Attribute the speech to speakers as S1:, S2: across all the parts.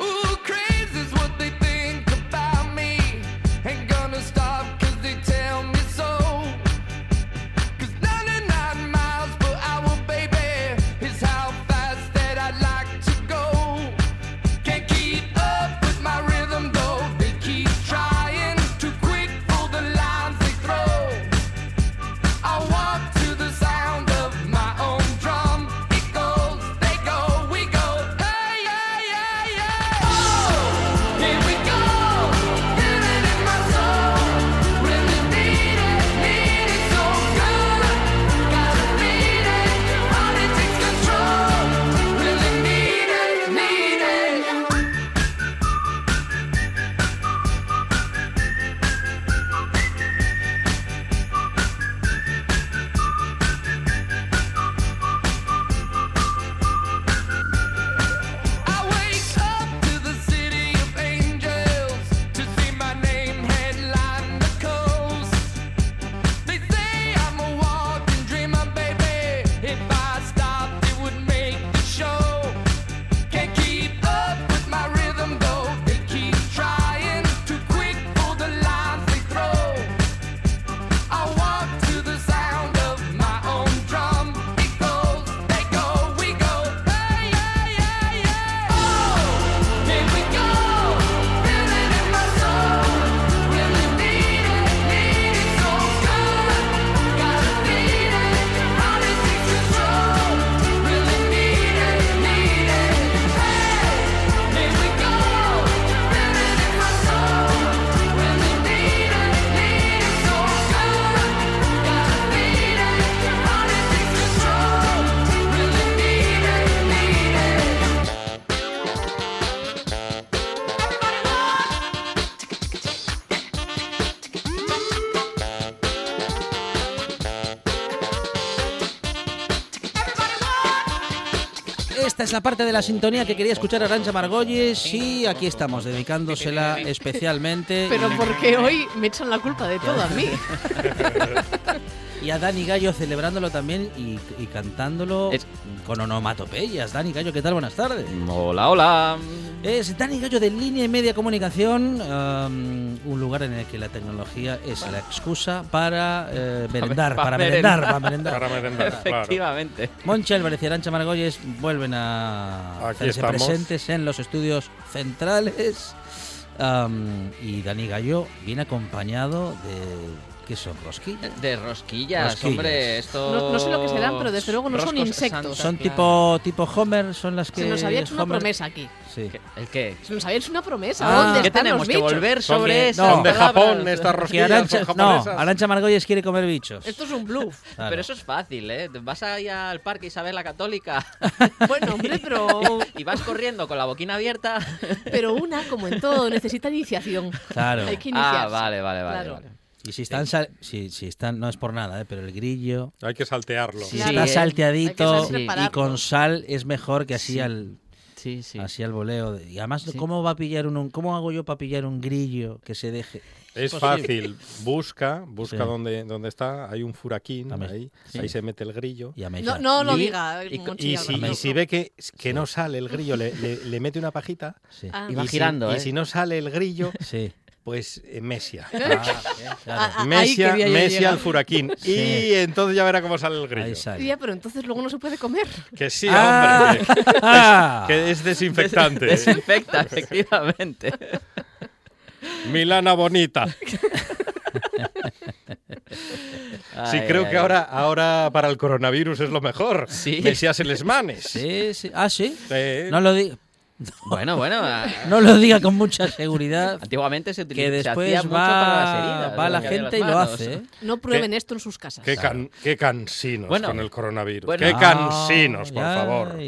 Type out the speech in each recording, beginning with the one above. S1: Ooh, crazy's what they think about me. Ain't gonna stop 'cause they tell me so. 'Cause 99 miles per hour, baby, is how fast that I like to go. Can't keep up with my rhythm though. They keep trying, too quick for the lines they throw. I walk to the sound of my own drum. It goes, they go, we go. Hey, yeah, yeah, yeah. Oh, here we go. Feel it in my soul. Really need it, need it so good. Gotta need it. Your body takes control. Really need it, need it. I wake up to the city of angels to see my name headline the coast. They say I'm a walking dreamer, baby. If I stopped, it would make the show. Can't keep up with my rhythm though. They keep trying, too quick for the lines they throw. I walk to the sound of my own drum. It goes, they go, we go. Hey, yeah, yeah, yeah. Oh, here we go. Feel it in my soul. Really need it, need it so good. Gotta need it. Your body takes control. Really need it, need it. Hey, here we go. Feel it in my soul. Really need it, need it so good. Gotta need it. Your body takes control. Really need it, need it. Everybody, run!
S2: Esta es la parte de la sintonía que quería escuchar Arancha Margolles y aquí estamos, dedicándosela especialmente.
S3: Pero porque hoy me echan la culpa de todo a mí.
S2: Y a Dani Gallo celebrándolo también y, y cantándolo
S4: Es-
S2: con onomatopeyas. Dani Gallo, ¿qué tal? Buenas tardes.
S4: Hola, hola.
S2: Es Dani Gallo de Línea y Media Comunicación, um, un lugar en el que la tecnología es la excusa para eh, merendar,
S4: para
S2: para merendar,
S4: merendar.
S2: para merendar.
S5: Para merendar, claro.
S4: Efectivamente.
S2: Moncha, Álvarez y Arancha Margolles vuelven a
S5: Aquí
S2: hacerse
S5: estamos.
S2: presentes en los estudios centrales. Am, y Dani Gallo viene acompañado de. ¿Qué son? ¿Rosquillas?
S4: De rosquillas,
S2: Rosquillas.
S4: hombre, esto.
S3: No- no sé lo que serán, pero desde luego no son
S4: Roscos
S3: insectos.
S4: santas,
S2: Son
S4: claro.
S2: tipo, tipo Homer, son las que.
S3: Eh, Se nos había hecho una
S2: Homer-
S3: promesa aquí.
S2: Sí.
S4: ¿Qué- ¿El qué?
S3: Se nos había hecho una promesa.
S2: Ah,
S3: ¿Dónde
S4: ¿Qué
S3: están
S4: tenemos
S3: los
S4: que
S3: bichos?
S4: volver
S5: Son
S4: sobre
S5: de-
S4: esas
S2: son de
S4: palabras?
S5: Japón, estas
S2: Que
S5: rosquillas
S2: Arancha,
S5: son
S2: no,
S5: japonesas.
S2: Arancha Margolles quiere comer bichos.
S3: Esto es un bluff.
S2: Claro.
S4: Pero eso es fácil, ¿eh? Vas ahí al parque Isabel la Católica
S3: Bueno, hombre, pero,
S4: y vas corriendo con la boquina abierta.
S3: pero una, como en todo, necesita iniciación.
S2: Claro.
S3: Hay que iniciarse.
S4: Ah, vale, vale, vale.
S3: Claro.
S4: vale.
S2: Y si están, sal- si, si están, no es por nada, ¿eh? pero el grillo,
S5: Hay que saltearlo.
S2: si está
S3: Claro.
S4: Sí, ¿eh?
S3: Hay que
S2: salteadito
S3: saber
S2: y
S3: prepararlo.
S2: con sal es mejor que así
S4: Sí.
S2: al
S4: Sí, sí.
S2: así al voleo. Y además,
S4: Sí.
S2: ¿cómo va a pillar un, un- cómo hago yo para pillar un grillo que se deje?
S5: Es
S2: posible.
S5: fácil. Busca, busca
S2: Sí.
S5: dónde, dónde está. Hay un furaquín
S2: También.
S5: ahí.
S2: Sí.
S5: Ahí se mete el grillo.
S2: Y a
S3: No,
S2: mejar.
S3: no lo
S5: Y-
S3: diga.
S5: Y,
S3: Monchi
S5: y
S3: Álvarez,
S5: si,
S3: no,
S5: y si
S3: no.
S5: ve que, que no sale el grillo, le, le- le mete una pajita.
S2: Sí.
S3: Ah.
S4: Y va
S5: si-
S4: girando,
S5: y
S4: ¿eh?
S5: si no sale el grillo,
S2: Sí.
S5: pues eh, mesia.
S2: Claro.
S3: Ah, ahí
S5: Mesia,
S3: quería yo
S5: mesia
S3: llegar.
S5: al furaquín.
S2: Sí.
S5: Y entonces ya verá cómo sale el grillo.
S2: Ahí sale.
S3: Ya, pero entonces luego no se puede comer.
S5: Que sí,
S2: Ah.
S5: hombre. que-
S2: Ah.
S5: Que es desinfectante.
S4: Desinfecta, efectivamente.
S5: Milana bonita. Sí,
S4: Ay,
S5: creo
S4: ay,
S5: que
S4: ay.
S5: ahora, ahora para el coronavirus es lo mejor.
S4: Sí.
S5: Mesías el Esmanes.
S2: Sí, sí. Ah, sí.
S5: Eh,
S2: No lo diga,
S4: Bueno, bueno. a-
S2: no lo diga con mucha seguridad.
S4: Antiguamente se utilizaba.
S2: Que después va, va la gente y lo hace. ¿eh?
S3: No prueben esto en sus casas.
S5: Qué, can- qué cansinos
S4: Bueno.
S5: con el coronavirus.
S4: Bueno.
S5: qué
S2: Ah,
S5: cansinos, por
S2: ay.
S5: favor.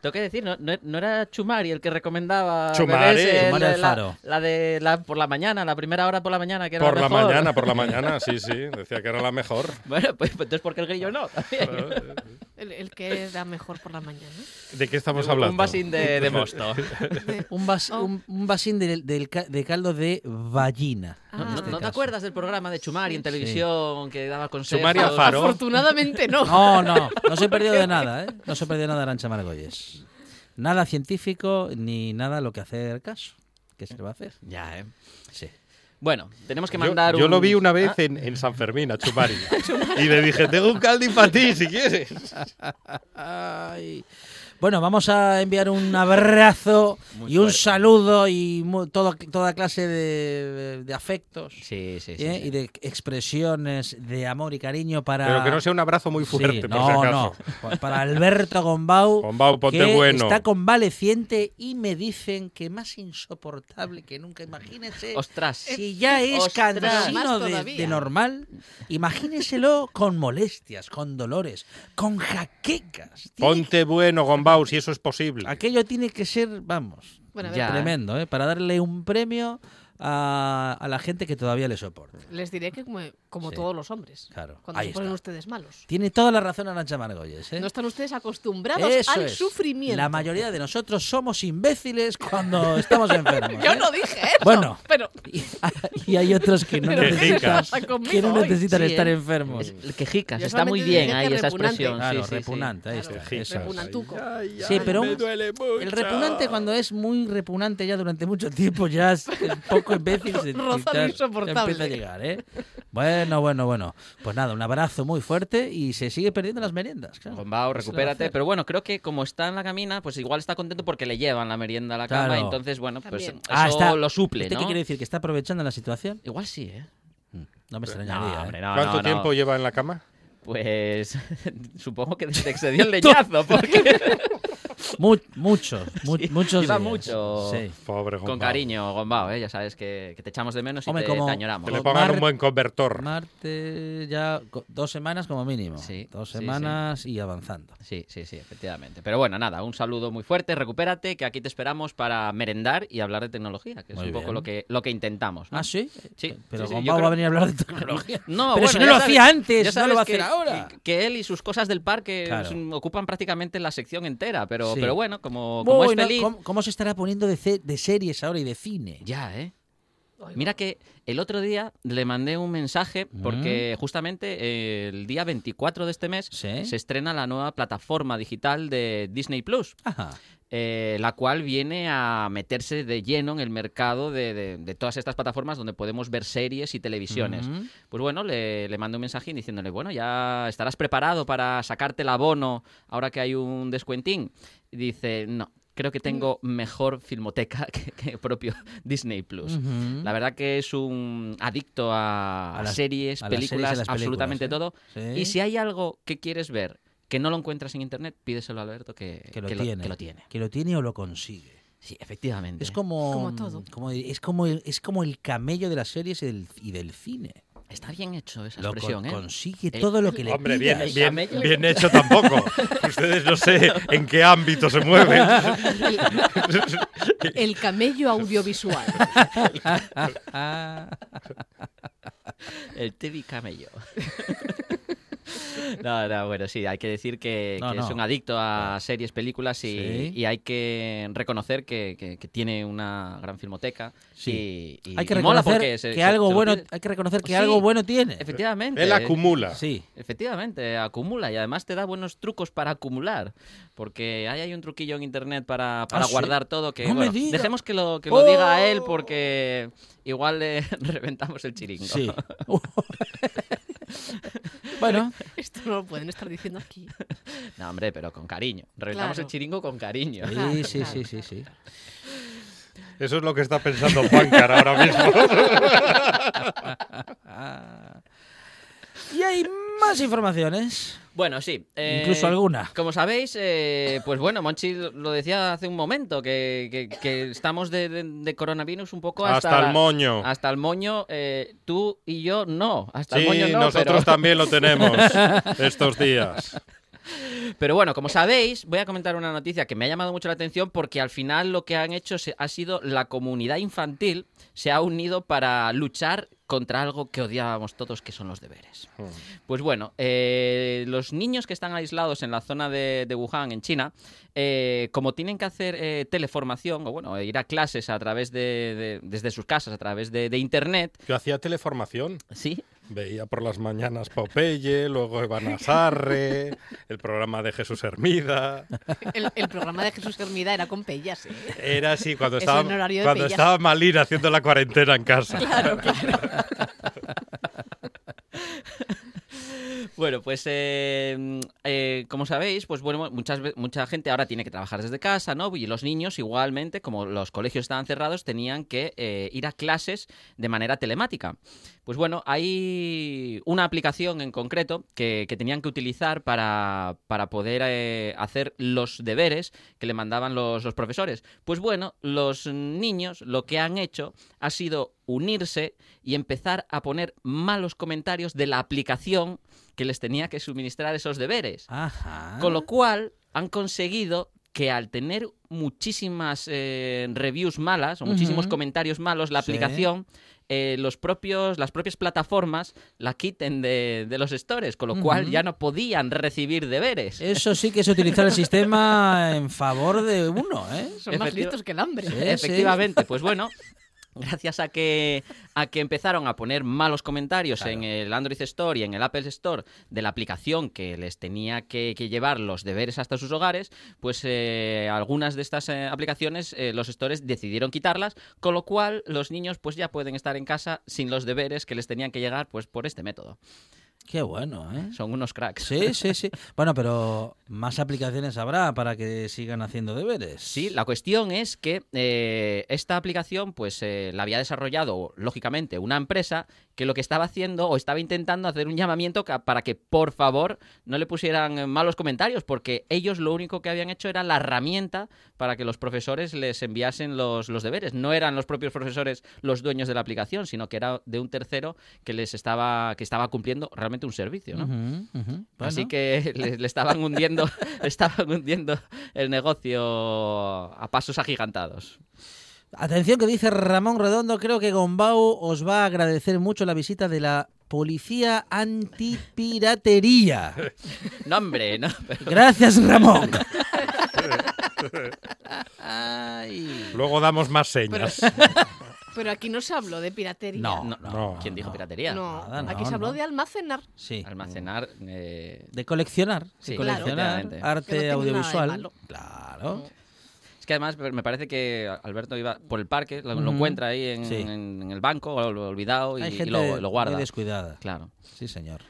S4: Tengo que decir, no, no- no era Chumari el que recomendaba.
S5: Chumari.
S4: bebés el-
S2: Chumari
S4: la,
S2: Alfaro.
S4: la de la, por la mañana, la primera hora por la mañana. Que era
S5: Por la
S4: mejor.
S5: mañana, por la mañana, sí, sí. Decía que era la mejor.
S4: Bueno, pues, pues entonces, ¿por qué el grillo no? También.
S3: El, el que era mejor por la mañana.
S5: ¿De qué estamos
S4: Un-
S5: hablando? Este
S4: Un vasín de, de mosto.
S3: De-
S2: Un, vas-
S3: Oh.
S2: un, un vasín del- del ca- de, caldo de ballina.
S3: Ah.
S4: ¿No,
S2: en
S4: no-
S2: este
S4: no te
S2: caso.
S4: acuerdas del programa de Chumari en televisión que daba consejos?
S5: Chumari Alfaro.
S3: Ah, Afortunadamente no.
S2: No, no, no se ha perdido de nada, ¿eh? No se ha perdido nada Arancha Margolles. Nada científico ni nada a lo que hacer caso. ¿Qué se le va a hacer?
S4: Ya, eh.
S2: Sí.
S4: Bueno, tenemos que
S5: Yo,
S4: mandar
S5: yo
S4: un-
S5: lo vi una vez
S4: Ah,
S5: en, en San Fermín, a Chumari. y le dije, tengo un caldi para ti, si quieres.
S2: Ay. Bueno, vamos a enviar un abrazo
S4: Muy
S2: y un
S4: fuerte.
S2: saludo y mu- todo- toda clase de, de afectos
S4: Sí, sí, sí.
S2: ¿eh?
S4: sí.
S2: y de expresiones de amor y cariño para...
S5: Pero que no sea un abrazo muy
S2: Sí,
S5: fuerte, por
S2: no,
S5: si acaso.
S2: no. Para Alberto Gombau,
S5: Gombau, ponte
S2: que
S5: bueno.
S2: está convaleciente y me dicen que más insoportable que nunca. Imagínense,
S4: Ostras.
S3: eh,
S2: si ya es
S4: Ostras.
S2: cansino
S3: Más
S2: de,
S3: todavía.
S2: de normal, imagínenselo con molestias, con dolores, con jaquecas. Tiene-
S5: Ponte bueno, Gombau, si eso es posible.
S2: aquello tiene que ser, vamos,
S3: Bueno, a ver,
S4: Ya.
S2: tremendo, ¿eh? Para darle un premio a, a la gente que todavía le soporta.
S3: les diré que como, como
S2: Sí.
S3: todos los hombres.
S2: Claro,
S3: Cuando
S2: ahí
S3: se ponen
S2: está.
S3: ustedes malos.
S2: Tiene toda la razón Arancha Margolles, ¿eh?
S3: No están ustedes acostumbrados
S2: Eso
S3: al
S2: es.
S3: sufrimiento.
S2: La mayoría de nosotros somos imbéciles cuando estamos enfermos.
S3: Yo
S2: ¿eh?
S3: no dije eso.
S2: Bueno.
S3: Pero
S2: Y, y hay otros que no
S3: Pero
S5: ¿qué les
S2: necesitan,
S3: pasa conmigo
S2: que no
S3: hoy?
S2: necesitan
S4: Sí,
S2: estar
S4: ¿eh?
S2: enfermos.
S4: Es- el quejicas,
S3: Yo
S4: está muy
S3: solamente
S4: bien
S3: dije
S4: ahí
S3: que
S4: esa
S3: repugnante.
S4: expresión.
S2: Claro,
S4: sí, sí, sí.
S2: repugnante, ahí
S3: Claro,
S2: está.
S5: Quejicas.
S2: eso es.
S3: repugnantuco.
S2: Sí, pero un-
S5: mucho.
S2: el repugnante cuando es muy repugnante ya durante mucho tiempo ya es un poco imbécil. se-
S3: Roza lo
S2: ya- ya
S3: insoportable.
S2: empieza a llegar, ¿eh? Bueno, bueno, bueno. Pues nada, un abrazo muy fuerte y se sigue perdiendo las meriendas. claro. ¿Qué se le va
S4: Gombao,
S2: a
S4: recupérate.
S2: hacer?
S4: Pero bueno, creo que como está en la camina, pues igual está contento porque le llevan la merienda a la cama.
S2: Claro.
S4: Entonces, bueno, pues
S3: También.
S4: eso
S2: Ah, está.
S4: lo suple,
S2: ¿Usted
S4: ¿no?
S2: qué quiere decir? ¿Que está aprovechando la situación?
S4: Igual sí, ¿eh?
S2: No me extrañaría.
S4: No,
S2: ¿eh?
S4: hombre, no,
S5: ¿Cuánto
S4: no, no.
S5: tiempo lleva en la cama?
S4: Pues supongo que desde que se dio el leñazo, porque
S2: Mu- muchos, mu- muchos.
S4: lleva
S2: días.
S4: mucho.
S2: Sí.
S5: Pobre Gombau.
S4: con cariño, Gombao, ¿eh? ya sabes que, que te echamos de menos
S2: Hombre,
S4: y te,
S2: como-
S4: te añoramos.
S5: Que le
S2: Mar-
S5: pongan un buen convertor.
S2: Martes ya co- dos semanas como mínimo.
S4: Sí,
S2: dos
S4: sí,
S2: semanas y avanzando.
S4: Sí, sí, sí, efectivamente. Pero bueno, nada, un saludo muy fuerte, recupérate, que aquí te esperamos para merendar y hablar de tecnología, que es
S2: Muy
S4: un poco
S2: bien.
S4: lo que, lo que intentamos. ¿no?
S2: Ah, sí.
S4: Sí,
S2: Pero
S4: sí, sí, yo
S2: Gombao va
S4: creo-
S2: a venir a hablar de tecnología.
S4: No,
S2: Pero
S4: bueno,
S2: si no
S4: ya
S2: lo
S4: sabes-
S2: hacía
S4: ya
S2: antes, no
S4: sabes
S2: lo va a
S4: que-
S2: hacer ahora.
S4: Que, que él y sus cosas del parque
S2: Claro.
S4: es un- ocupan prácticamente la sección entera, pero,
S2: Sí.
S4: pero bueno, como, como
S2: Bueno,
S4: es feliz.
S2: ¿cómo, cómo se estará poniendo de, ce- de series ahora y de cine?
S4: Ya, ¿eh? Mira que el otro día le mandé un mensaje porque justamente el día 24 de este mes
S2: Sí.
S4: se estrena la nueva plataforma digital de Disney Plus,
S2: Ajá.
S4: eh, la cual viene a meterse de lleno en el mercado de, de- de todas estas plataformas donde podemos ver series y televisiones.
S2: Ujú.
S4: Pues bueno, le, le mandé un mensajín diciéndole, bueno, ya estarás preparado para sacarte el abono ahora que hay un descuentín. Y dice, no, creo que tengo mejor filmoteca que, que propio Disney Plus.
S2: Ujú.
S4: Pues, La verdad que es un adicto a,
S2: A las-
S4: series,
S2: a las series y a
S4: películas,
S2: las películas,
S4: absolutamente
S2: ¿eh?
S4: todo.
S2: Sí.
S4: Y si hay algo que quieres ver que no lo encuentras en internet, pídeselo a Alberto que,
S2: que, lo
S4: que
S2: tiene,
S4: que lo tiene.
S2: Que lo tiene o lo consigue.
S4: Sí, efectivamente.
S2: Es como,
S3: Como todo.
S2: como- es, como el, es como el camello de las series y del, y del cine.
S4: Está bien hecho esa
S2: Lo
S4: expresión,
S2: con-
S4: ¿eh?
S2: consigue
S4: Eh,
S2: todo lo que le
S5: Hombre, bien,
S2: pidas.
S5: bien, bien hecho tampoco. Ustedes no sé en qué ámbito se mueven.
S3: El camello audiovisual.
S2: Ah.
S4: El TV Camello. No, no, bueno, sí, hay que decir que,
S2: No,
S4: que es
S2: no. Ah.
S4: un adicto a series, películas y,
S2: Sí.
S4: y hay que reconocer que, que- que tiene una gran filmoteca.
S2: Sí.
S4: Y, y-
S2: hay que
S4: y mola
S2: reconocer
S4: porque se-
S2: que
S4: se-
S2: algo
S4: se lo
S2: bueno
S4: pide.
S2: hay que reconocer que
S4: Sí.
S2: algo bueno tiene
S4: Efectivamente.
S5: Él acumula.
S2: sí
S4: Efectivamente, acumula y además te da buenos trucos para acumular. Porque hay, hay un truquillo en internet para, para
S2: Ah, ¿sí?
S4: guardar todo que.
S2: No me Oh.
S4: bueno,
S2: diga.
S4: dejemos que lo, que lo diga a él porque igual le reventamos el chiringo.
S2: sí bueno
S3: Esto no lo pueden estar diciendo aquí.
S4: No, hombre, pero con cariño. Reventamos
S3: Claro.
S4: el chiringo con cariño.
S3: Claro,
S2: sí sí
S3: claro,
S2: sí sí, sí.
S5: Eso es lo que está pensando Pancar ahora mismo.
S2: y hay más informaciones
S4: Bueno, sí. eh,
S2: Incluso alguna.
S4: Como sabéis, eh, pues bueno, Monchi lo decía hace un momento, que, que- que estamos de, de- de coronavirus un poco hasta,
S5: Hasta, el moño.
S4: Hasta el moño, eh, tú y yo no. Hasta el
S5: sí,
S4: moño no,
S5: nosotros
S4: pero-
S5: también lo tenemos estos días.
S4: Pero bueno, como sabéis, voy a comentar una noticia que me ha llamado mucho la atención porque al final lo que han hecho se- ha sido la comunidad infantil se ha unido para luchar contra algo que odiábamos todos, que son los deberes. Pues bueno, eh, los niños que están aislados en la zona de, de Wuhan, en China, eh, como tienen que hacer eh, teleformación, o bueno, ir a clases a través de, de- desde sus casas, a través de, de internet,
S5: Yo hacía teleformación.
S4: sí,
S5: Veía por las mañanas Popeye, luego Iván Azarre, el programa de Jesús Hermida.
S3: El, el programa de Jesús Hermida era con pellas, ¿eh?
S5: Era así cuando
S3: Es
S5: estaba,
S3: un horario de
S5: cuando
S3: Pellas.
S5: estaba Malín haciendo la cuarentena en casa.
S4: Bueno, pues eh, mm, eh, como sabéis, pues bueno, muchas ve- mucha gente ahora tiene que trabajar desde casa, ¿no? Y los niños igualmente, como los colegios estaban cerrados, tenían que eh, ir a clases de manera telemática. Pues bueno, hay una aplicación en concreto que, que tenían que utilizar para, para poder eh, hacer los deberes que le mandaban los, los profesores. Pues bueno, los niños lo que han hecho ha sido unirse y empezar a poner malos comentarios de la aplicación que les tenía que suministrar esos deberes.
S2: Ajá.
S4: Con lo cual han conseguido que al tener muchísimas eh, reviews malas o muchísimos
S2: Ujú.
S4: comentarios malos, la
S2: Sí.
S4: aplicación, eh, los propios, las propias plataformas la quiten de, de los stores, con lo cual
S2: Ujú.
S4: ya no podían recibir deberes.
S2: Eso sí que es utilizar el sistema en favor de uno, ¿eh?
S3: Son más
S4: Efectivo-
S3: listos que el hambre.
S2: Sí.
S4: Efectivamente, pues bueno. Gracias a que, a que empezaron a poner malos comentarios en el Android Store y en el Apple Store de la aplicación que les tenía que, que llevar los deberes hasta sus hogares, pues eh, algunas de estas eh, aplicaciones eh, los stores decidieron quitarlas, con lo cual los niños pues ya pueden estar en casa sin los deberes que les tenían que llegar pues por este método.
S2: Qué bueno, ¿eh?
S4: Son unos cracks.
S2: Sí, sí, sí. Bueno, pero más aplicaciones habrá para que sigan haciendo deberes.
S4: Sí, la cuestión es que eh, esta aplicación, pues eh, la había desarrollado, lógicamente, una empresa que lo que estaba haciendo o estaba intentando hacer un llamamiento ca- para que, por favor, no le pusieran eh, malos comentarios, porque ellos lo único que habían hecho era la herramienta para que los profesores les enviasen los, los deberes. No eran los propios profesores los dueños de la aplicación, sino que era de un tercero que les estaba, que estaba cumpliendo realmente un servicio, ¿no?
S2: Ujú, ujú.
S4: Así
S2: Bueno.
S4: que le, le estaban hundiendo, le estaban hundiendo el negocio a pasos agigantados.
S2: Atención que dice Ramón Redondo, creo que Gombau os va a agradecer mucho la visita de la Policía Antipiratería.
S4: No, hombre, no. pero-
S2: Gracias, Ramón. Ay.
S5: Luego damos más señas.
S3: Pero aquí no se habló de piratería.
S2: No, no,
S5: No.
S4: ¿Quién dijo
S2: no.
S4: piratería?
S3: No,
S2: Nada, no,
S3: aquí se habló
S2: no.
S3: de almacenar.
S2: Sí.
S4: Almacenar. eh,
S2: De coleccionar, de
S4: Sí,
S3: Claro.
S2: coleccionar
S4: efectivamente.
S2: arte
S3: Que no tiene nada de
S2: audiovisual.
S3: malo.
S2: Claro.
S4: Es que además me parece que Alberto iba por el parque, lo, lo
S2: Ujú.
S4: encuentra ahí en,
S2: Mm. Sí.
S4: en- en el banco, lo, lo olvidado y,
S2: Hay
S4: y
S2: gente
S4: lo, lo guarda.
S2: muy descuidada.
S4: Claro.
S2: Sí, señor.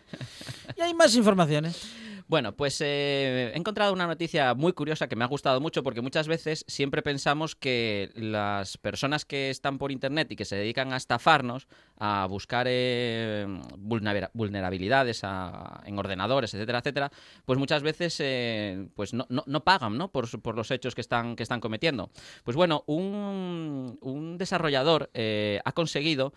S2: Y hay más informaciones.
S4: Bueno, pues eh, he encontrado una noticia muy curiosa que me ha gustado mucho porque muchas veces siempre pensamos que las personas que están por internet y que se dedican a estafarnos, a buscar eh, vulnera- vulnerabilidades a- en ordenadores, etcétera, etcétera, pues muchas veces eh, pues no, no- no pagan ¿no? Por, su- por los hechos que están, que están cometiendo. Pues bueno, un, un desarrollador eh, ha conseguido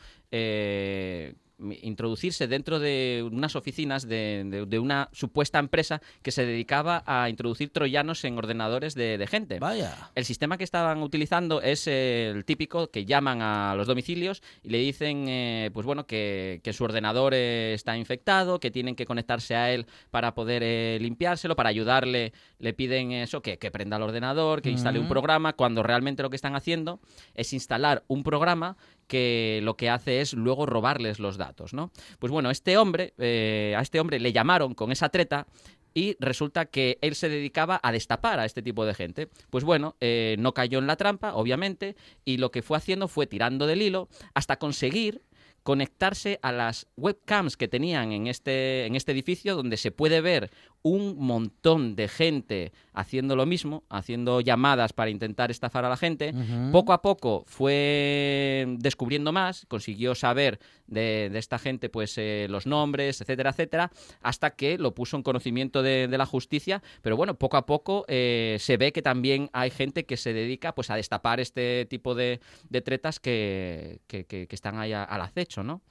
S4: eh, introducirse dentro de unas oficinas de, de- de una supuesta empresa que se dedicaba a introducir troyanos en ordenadores de, de gente.
S2: Vaya.
S4: El sistema que estaban utilizando es eh, el típico que llaman a los domicilios y le dicen, eh, pues bueno, que, que su ordenador eh, está infectado, que tienen que conectarse a él para poder eh, limpiárselo, para ayudarle. Le piden eso, que, que prenda el ordenador, que instale un
S2: Ujú.
S4: programa, cuando realmente lo que están haciendo es instalar un programa que lo que hace es luego robarles los datos, ¿no? Pues bueno, este hombre, eh, a este hombre le llamaron con esa treta y resulta que él se dedicaba a destapar a este tipo de gente. Pues bueno, eh, no cayó en la trampa, obviamente, y lo que fue haciendo fue tirando del hilo hasta conseguir conectarse a las webcams que tenían en este, en este edificio donde se puede ver un montón de gente haciendo lo mismo, haciendo llamadas para intentar estafar a la gente.
S2: Ujú.
S4: Poco a poco fue descubriendo más, consiguió saber de, de esta gente pues eh, los nombres, etcétera, etcétera, hasta que lo puso en conocimiento de, de la justicia. Pero bueno, poco a poco eh, se ve que también hay gente que se dedica pues a destapar este tipo de, de tretas que, que- que- que están ahí a- al acecho, ¿no?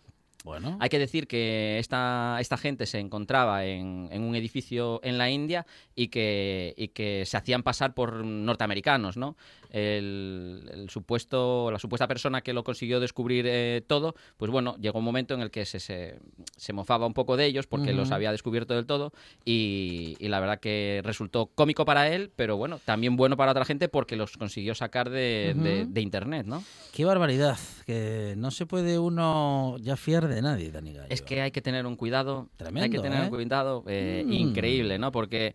S2: Bueno.
S4: Hay que decir que esta, esta gente se encontraba en, en un edificio en la India y que, y que se hacían pasar por norteamericanos, ¿no? El, el supuesto, la supuesta persona que lo consiguió descubrir eh, todo, pues bueno, llegó un momento en el que se, se, se mofaba un poco de ellos porque
S2: Ujú.
S4: los había descubierto del todo y, y la verdad que resultó cómico para él, pero bueno, también bueno para otra gente porque los consiguió sacar de, de-
S2: Ujú.
S4: de internet, ¿no?
S2: Qué barbaridad, que no se puede uno ya fiar de nadie, Dani Gallo.
S4: Es que hay que tener un cuidado. hay que
S2: Tremendo,
S4: tener
S2: ¿eh?
S4: un cuidado eh,
S2: Mm.
S4: increíble, ¿no? Porque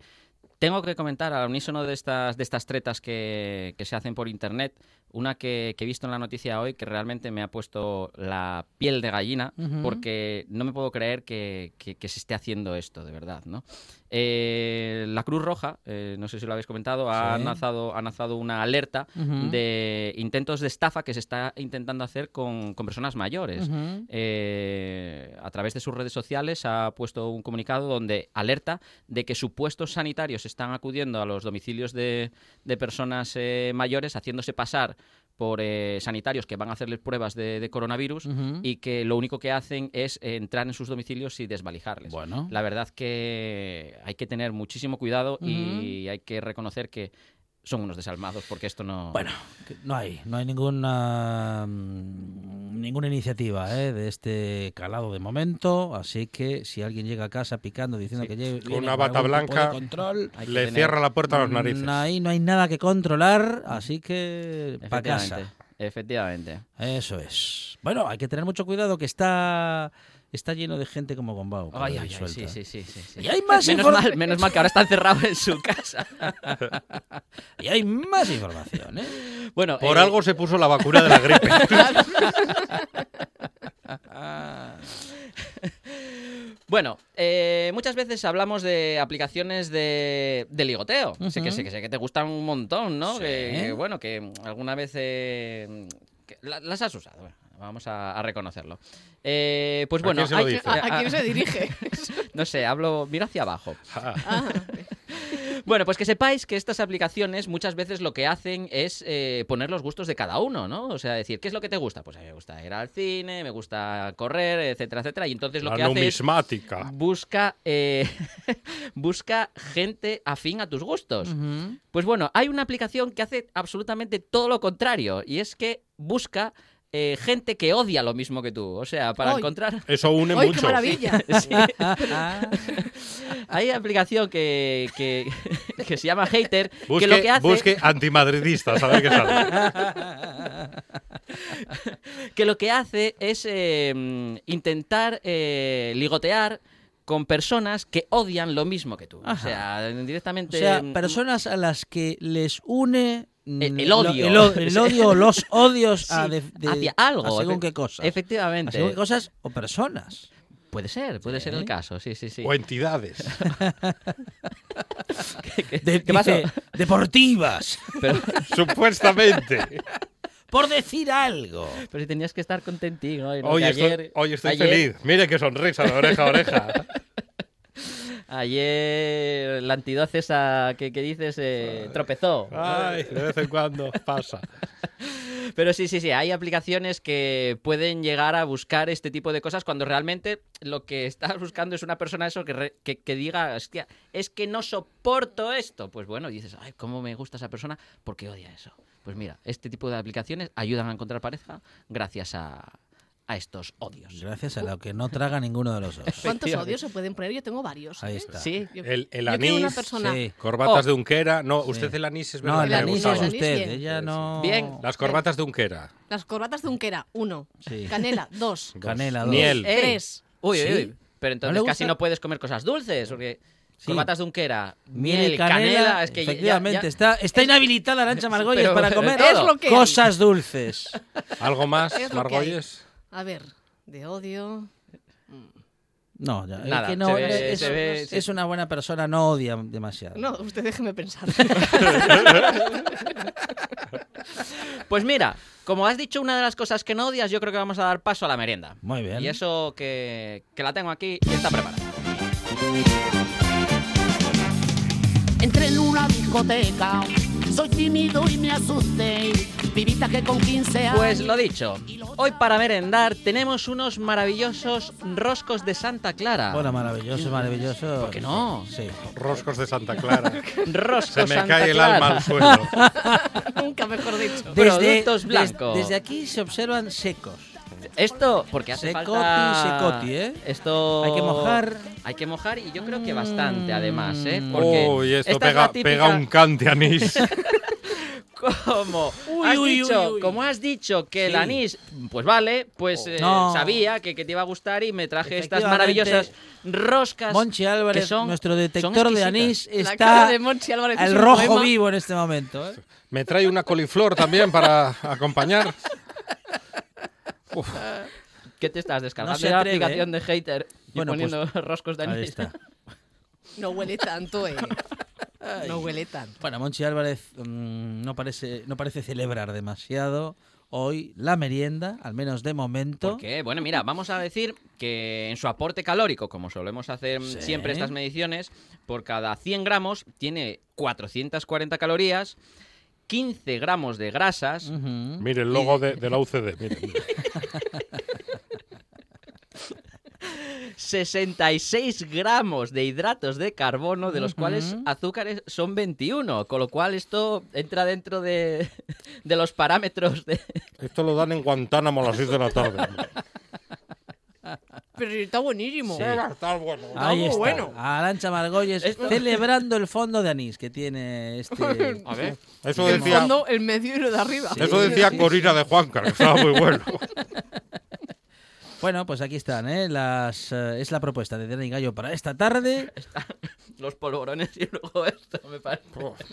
S4: tengo que comentar al unísono de estas, de estas tretas que, que se hacen por internet, una que, que he visto en la noticia hoy que realmente me ha puesto la piel de gallina,
S2: Ujú.
S4: porque no me puedo creer que, que- que se esté haciendo esto, de verdad, ¿no? Eh, la Cruz Roja, eh, no sé si lo habéis comentado, ha,
S2: Sí.
S4: lanzado, ha lanzado una alerta
S2: Ujú.
S4: de intentos de estafa que se está intentando hacer con, con personas mayores.
S2: Ujú.
S4: Eh, a través de sus redes sociales ha puesto un comunicado donde alerta de que supuestos sanitarios están acudiendo a los domicilios de, de personas eh, mayores haciéndose pasar por eh, sanitarios que van a hacerles pruebas de, de coronavirus
S2: Ujú.
S4: y que lo único que hacen es eh, entrar en sus domicilios y desvalijarles.
S2: Bueno.
S4: La verdad que hay que tener muchísimo cuidado y hay que reconocer que son unos desalmados porque esto no...
S2: Bueno, que no hay, no hay ninguna mm, ninguna iniciativa ¿eh? de este calado de momento, así que si alguien llega a casa picando diciendo que lleve
S5: Con
S2: viene
S5: una
S2: con
S5: bata
S2: algún tipo de
S5: blanca,
S2: control,
S4: hay que
S5: Le
S4: tener-
S5: cierra la puerta a los narices.
S2: mm, ahí no hay nada que controlar, así que para casa.
S4: Efectivamente.
S2: Eso es. Bueno, hay que tener mucho cuidado que está está lleno de gente como bombao. por
S4: Ay,
S2: ahí
S4: ay, ay, sí,
S2: suelta.
S4: sí, sí, sí, sí.
S2: Y hay más
S4: menos,
S2: informa-
S4: mal, menos mal que ahora está encerrado en su casa.
S2: Y hay más información, ¿eh?
S4: Bueno,
S5: Por
S4: eh,
S5: algo se puso la vacuna de la gripe.
S4: Bueno, eh, muchas veces hablamos de aplicaciones de, de ligoteo. Sé que sé que sé que te gustan un montón, ¿no?
S2: Sí.
S4: Que, que, bueno, que alguna vez eh, que la- las has usado. Bueno, Vamos a, a reconocerlo. Eh, pues
S5: ¿A
S4: bueno,
S5: quién se lo
S4: hay-
S5: dice?
S3: ¿A,
S2: ah,
S3: a quién se dirige?
S4: no sé, hablo, miro hacia abajo.
S5: Ah,
S3: Ah,
S4: Bueno, pues que sepáis que estas aplicaciones muchas veces lo que hacen es eh, poner los gustos de cada uno, ¿no? O sea, decir, ¿qué es lo que te gusta? Pues a mí me gusta ir al cine, me gusta correr, etcétera, etcétera. Y entonces lo
S5: la
S4: que hace es
S5: numismática.
S4: busca, eh, busca gente afín a tus gustos. Pues bueno, hay una aplicación que hace absolutamente todo lo contrario y es que busca eh, gente que odia lo mismo que tú. O sea, para
S3: ¡Ay!
S4: encontrar...
S5: Eso une
S3: ¡Ay, qué
S5: mucho.
S3: maravilla!
S4: Sí. Hay aplicación que, que, que se llama Hater,
S5: Busque,
S4: que lo que hace...
S5: busque antimadridistas, a ver qué sale.
S4: que lo que hace es eh, mm, intentar eh, ligotear con personas que odian lo mismo que tú.
S2: Ajá.
S4: O sea,
S2: O
S4: directamente...
S2: sea,
S4: mm,
S2: personas a las que les une mm,
S4: El- el
S2: lo-
S4: odio.
S2: el, o- el odio, los odios a
S4: Sí,
S2: de- de-
S4: hacia algo.
S2: a según
S4: efe-
S2: qué cosas. A
S4: Efectivamente.
S2: según qué cosas o personas.
S4: Puede ser, puede ser
S2: Sí.
S4: el caso, sí, sí, sí.
S5: O entidades.
S2: De-
S4: qué pasó?
S2: dice, deportivas.
S4: Pero,
S5: Supuestamente.
S2: Por decir algo.
S4: pero si tenías que estar contentito. ¿no?
S5: Hoy
S4: Que
S5: estoy,
S4: ayer-
S5: hoy estoy
S4: ayer-
S5: feliz. Mire qué sonrisa de oreja a oreja.
S4: Ayer la entidad esa que, que dices eh, tropezó.
S5: Ay, de vez en cuando pasa.
S4: Pero sí, sí, sí, hay aplicaciones que pueden llegar a buscar este tipo de cosas cuando realmente lo que estás buscando es una persona eso que, re- que, que diga, hostia, es que no soporto esto. Pues bueno, dices, ay, cómo me gusta esa persona porque odia eso. Pues mira, este tipo de aplicaciones ayudan a encontrar pareja gracias a, a estos odios.
S2: Pues Gracias a lo que no traga ninguno de los dos.
S3: ¿Cuántos
S4: Efectivamente.
S3: odios se pueden poner? Yo tengo varios.
S2: Ahí
S3: ¿eh?
S2: está.
S4: Sí,
S3: Yo-
S5: El, el
S3: yo quiero una
S5: anís,
S3: persona.
S2: Sí.
S5: corbatas
S4: Oh.
S5: de Unquera. No, usted el anís es verdad.
S2: No,
S5: que
S2: el
S5: le
S2: anís es
S5: gustaba.
S3: El anís,
S2: usted.
S3: bien.
S2: Ella no.
S4: Bien.
S5: Las corbatas de Unquera.
S3: Las corbatas de Unquera, uno.
S2: Sí.
S3: Canela, dos.
S2: Canela, dos.
S5: Miel.
S4: Eh,
S3: Tres.
S4: Uy, uy,
S2: Sí.
S4: uy. Pero entonces
S2: le
S4: casi
S2: gusta?
S4: no puedes comer cosas dulces, porque
S2: Sí.
S4: corbatas de unquera,
S2: Miel y
S4: canela,
S2: canela.
S4: es que ya- ya-
S2: efectivamente, está, está inhabilitada la ancha Margolles
S4: Pero-
S2: para comer
S4: Es
S3: lo que hay.
S2: cosas dulces.
S5: ¿Algo más,
S3: Es lo que hay.
S5: Margolles?
S3: A ver, de odio.
S2: No, ya,
S4: Nada,
S2: es que no,
S4: se ve-
S2: es,
S4: se ve-
S2: es una buena persona, no odia demasiado.
S3: No, usted déjeme pensar.
S4: Pues mira, como has dicho una de las cosas que no odias, yo creo que vamos a dar paso a la merienda.
S2: Muy bien.
S4: Y eso que, que la tengo aquí y está preparada.
S6: Entré en una discoteca, soy tímido y me asusté. pibita que con 15 años.
S4: Pues lo dicho, hoy para merendar tenemos unos maravillosos roscos de Santa Clara.
S2: Bueno, maravilloso, maravilloso. ¿Por
S4: qué no?
S2: Sí.
S5: Roscos de Santa Clara.
S4: roscos
S5: Se me
S4: Santa
S5: cae el
S4: Clara.
S5: alma al suelo.
S3: Nunca mejor dicho.
S4: Productos
S2: des-
S4: blancos.
S2: Desde, aquí se observan secos.
S4: Esto, porque hace
S2: Secoti,
S4: falta...
S2: secoti, ¿eh?
S4: Esto...
S2: Hay que mojar. Mm.
S4: Hay que mojar y yo creo que bastante, además, ¿eh? Porque
S5: Uy, esto
S4: esta es la
S5: pega,
S4: típica-
S5: pega un cante anís.
S4: Como
S2: Uy,
S4: has
S2: uy,
S4: dicho,
S2: uy, uy.
S4: como has dicho que el
S2: Sí. Oh.
S4: anís, pues vale, pues eh,
S2: No.
S4: sabía que, que te iba a gustar y me traje estas
S2: Efectivamente.
S4: maravillosas roscas.
S2: Monchi Álvarez,
S4: que son-
S2: nuestro
S4: son
S2: detector de
S4: exquisitas.
S2: anís,
S3: La
S2: está
S3: cara de Monchi Álvarez es
S2: al
S3: un
S2: rojo
S3: poema.
S2: vivo en este momento. ¿eh?
S5: Me trae una coliflor también para acompañar. Uf,
S4: ¿Qué te estás descargando?
S2: No se
S4: la
S2: atreve,
S4: aplicación
S2: ¿eh?
S4: de hater y
S2: Bueno, pues
S4: poniendo roscos de anís.
S2: Ahí está.
S3: No huele tanto, eh. No huele tanto.
S2: Bueno, Monchi Álvarez mm, no, parece, no parece celebrar demasiado hoy la merienda, al menos de momento.
S4: Porque, bueno, mira, vamos a decir que en su aporte calórico, como solemos hacer
S2: Sí.
S4: siempre estas mediciones, por cada 100 gramos tiene 440 calorías, 15 gramos de grasas,
S2: Ujú.
S5: mire el logo de, de la UCD. mire.
S4: 66 gramos de hidratos de carbono, de los cuales azúcares son 21, con lo cual esto entra dentro de, de los parámetros de...
S5: Esto lo dan en Guantánamo a las 6 de la tarde. hombre.
S3: Pero está buenísimo.
S5: Está bueno.
S2: Ahí
S3: muy
S2: está.
S3: bueno.
S2: Arancha Margolles celebrando el fondo de anís que tiene este.
S4: A ver.
S5: Eso
S3: El
S5: decía,
S3: fondo, el medio y lo de arriba.
S5: eso decía Corina de Juanca, que estaba muy bueno.
S2: Bueno, pues aquí están, ¿eh? Las, eh, es la propuesta de Dani Gallo para esta tarde.
S4: Los polvorones y luego esto, me parece.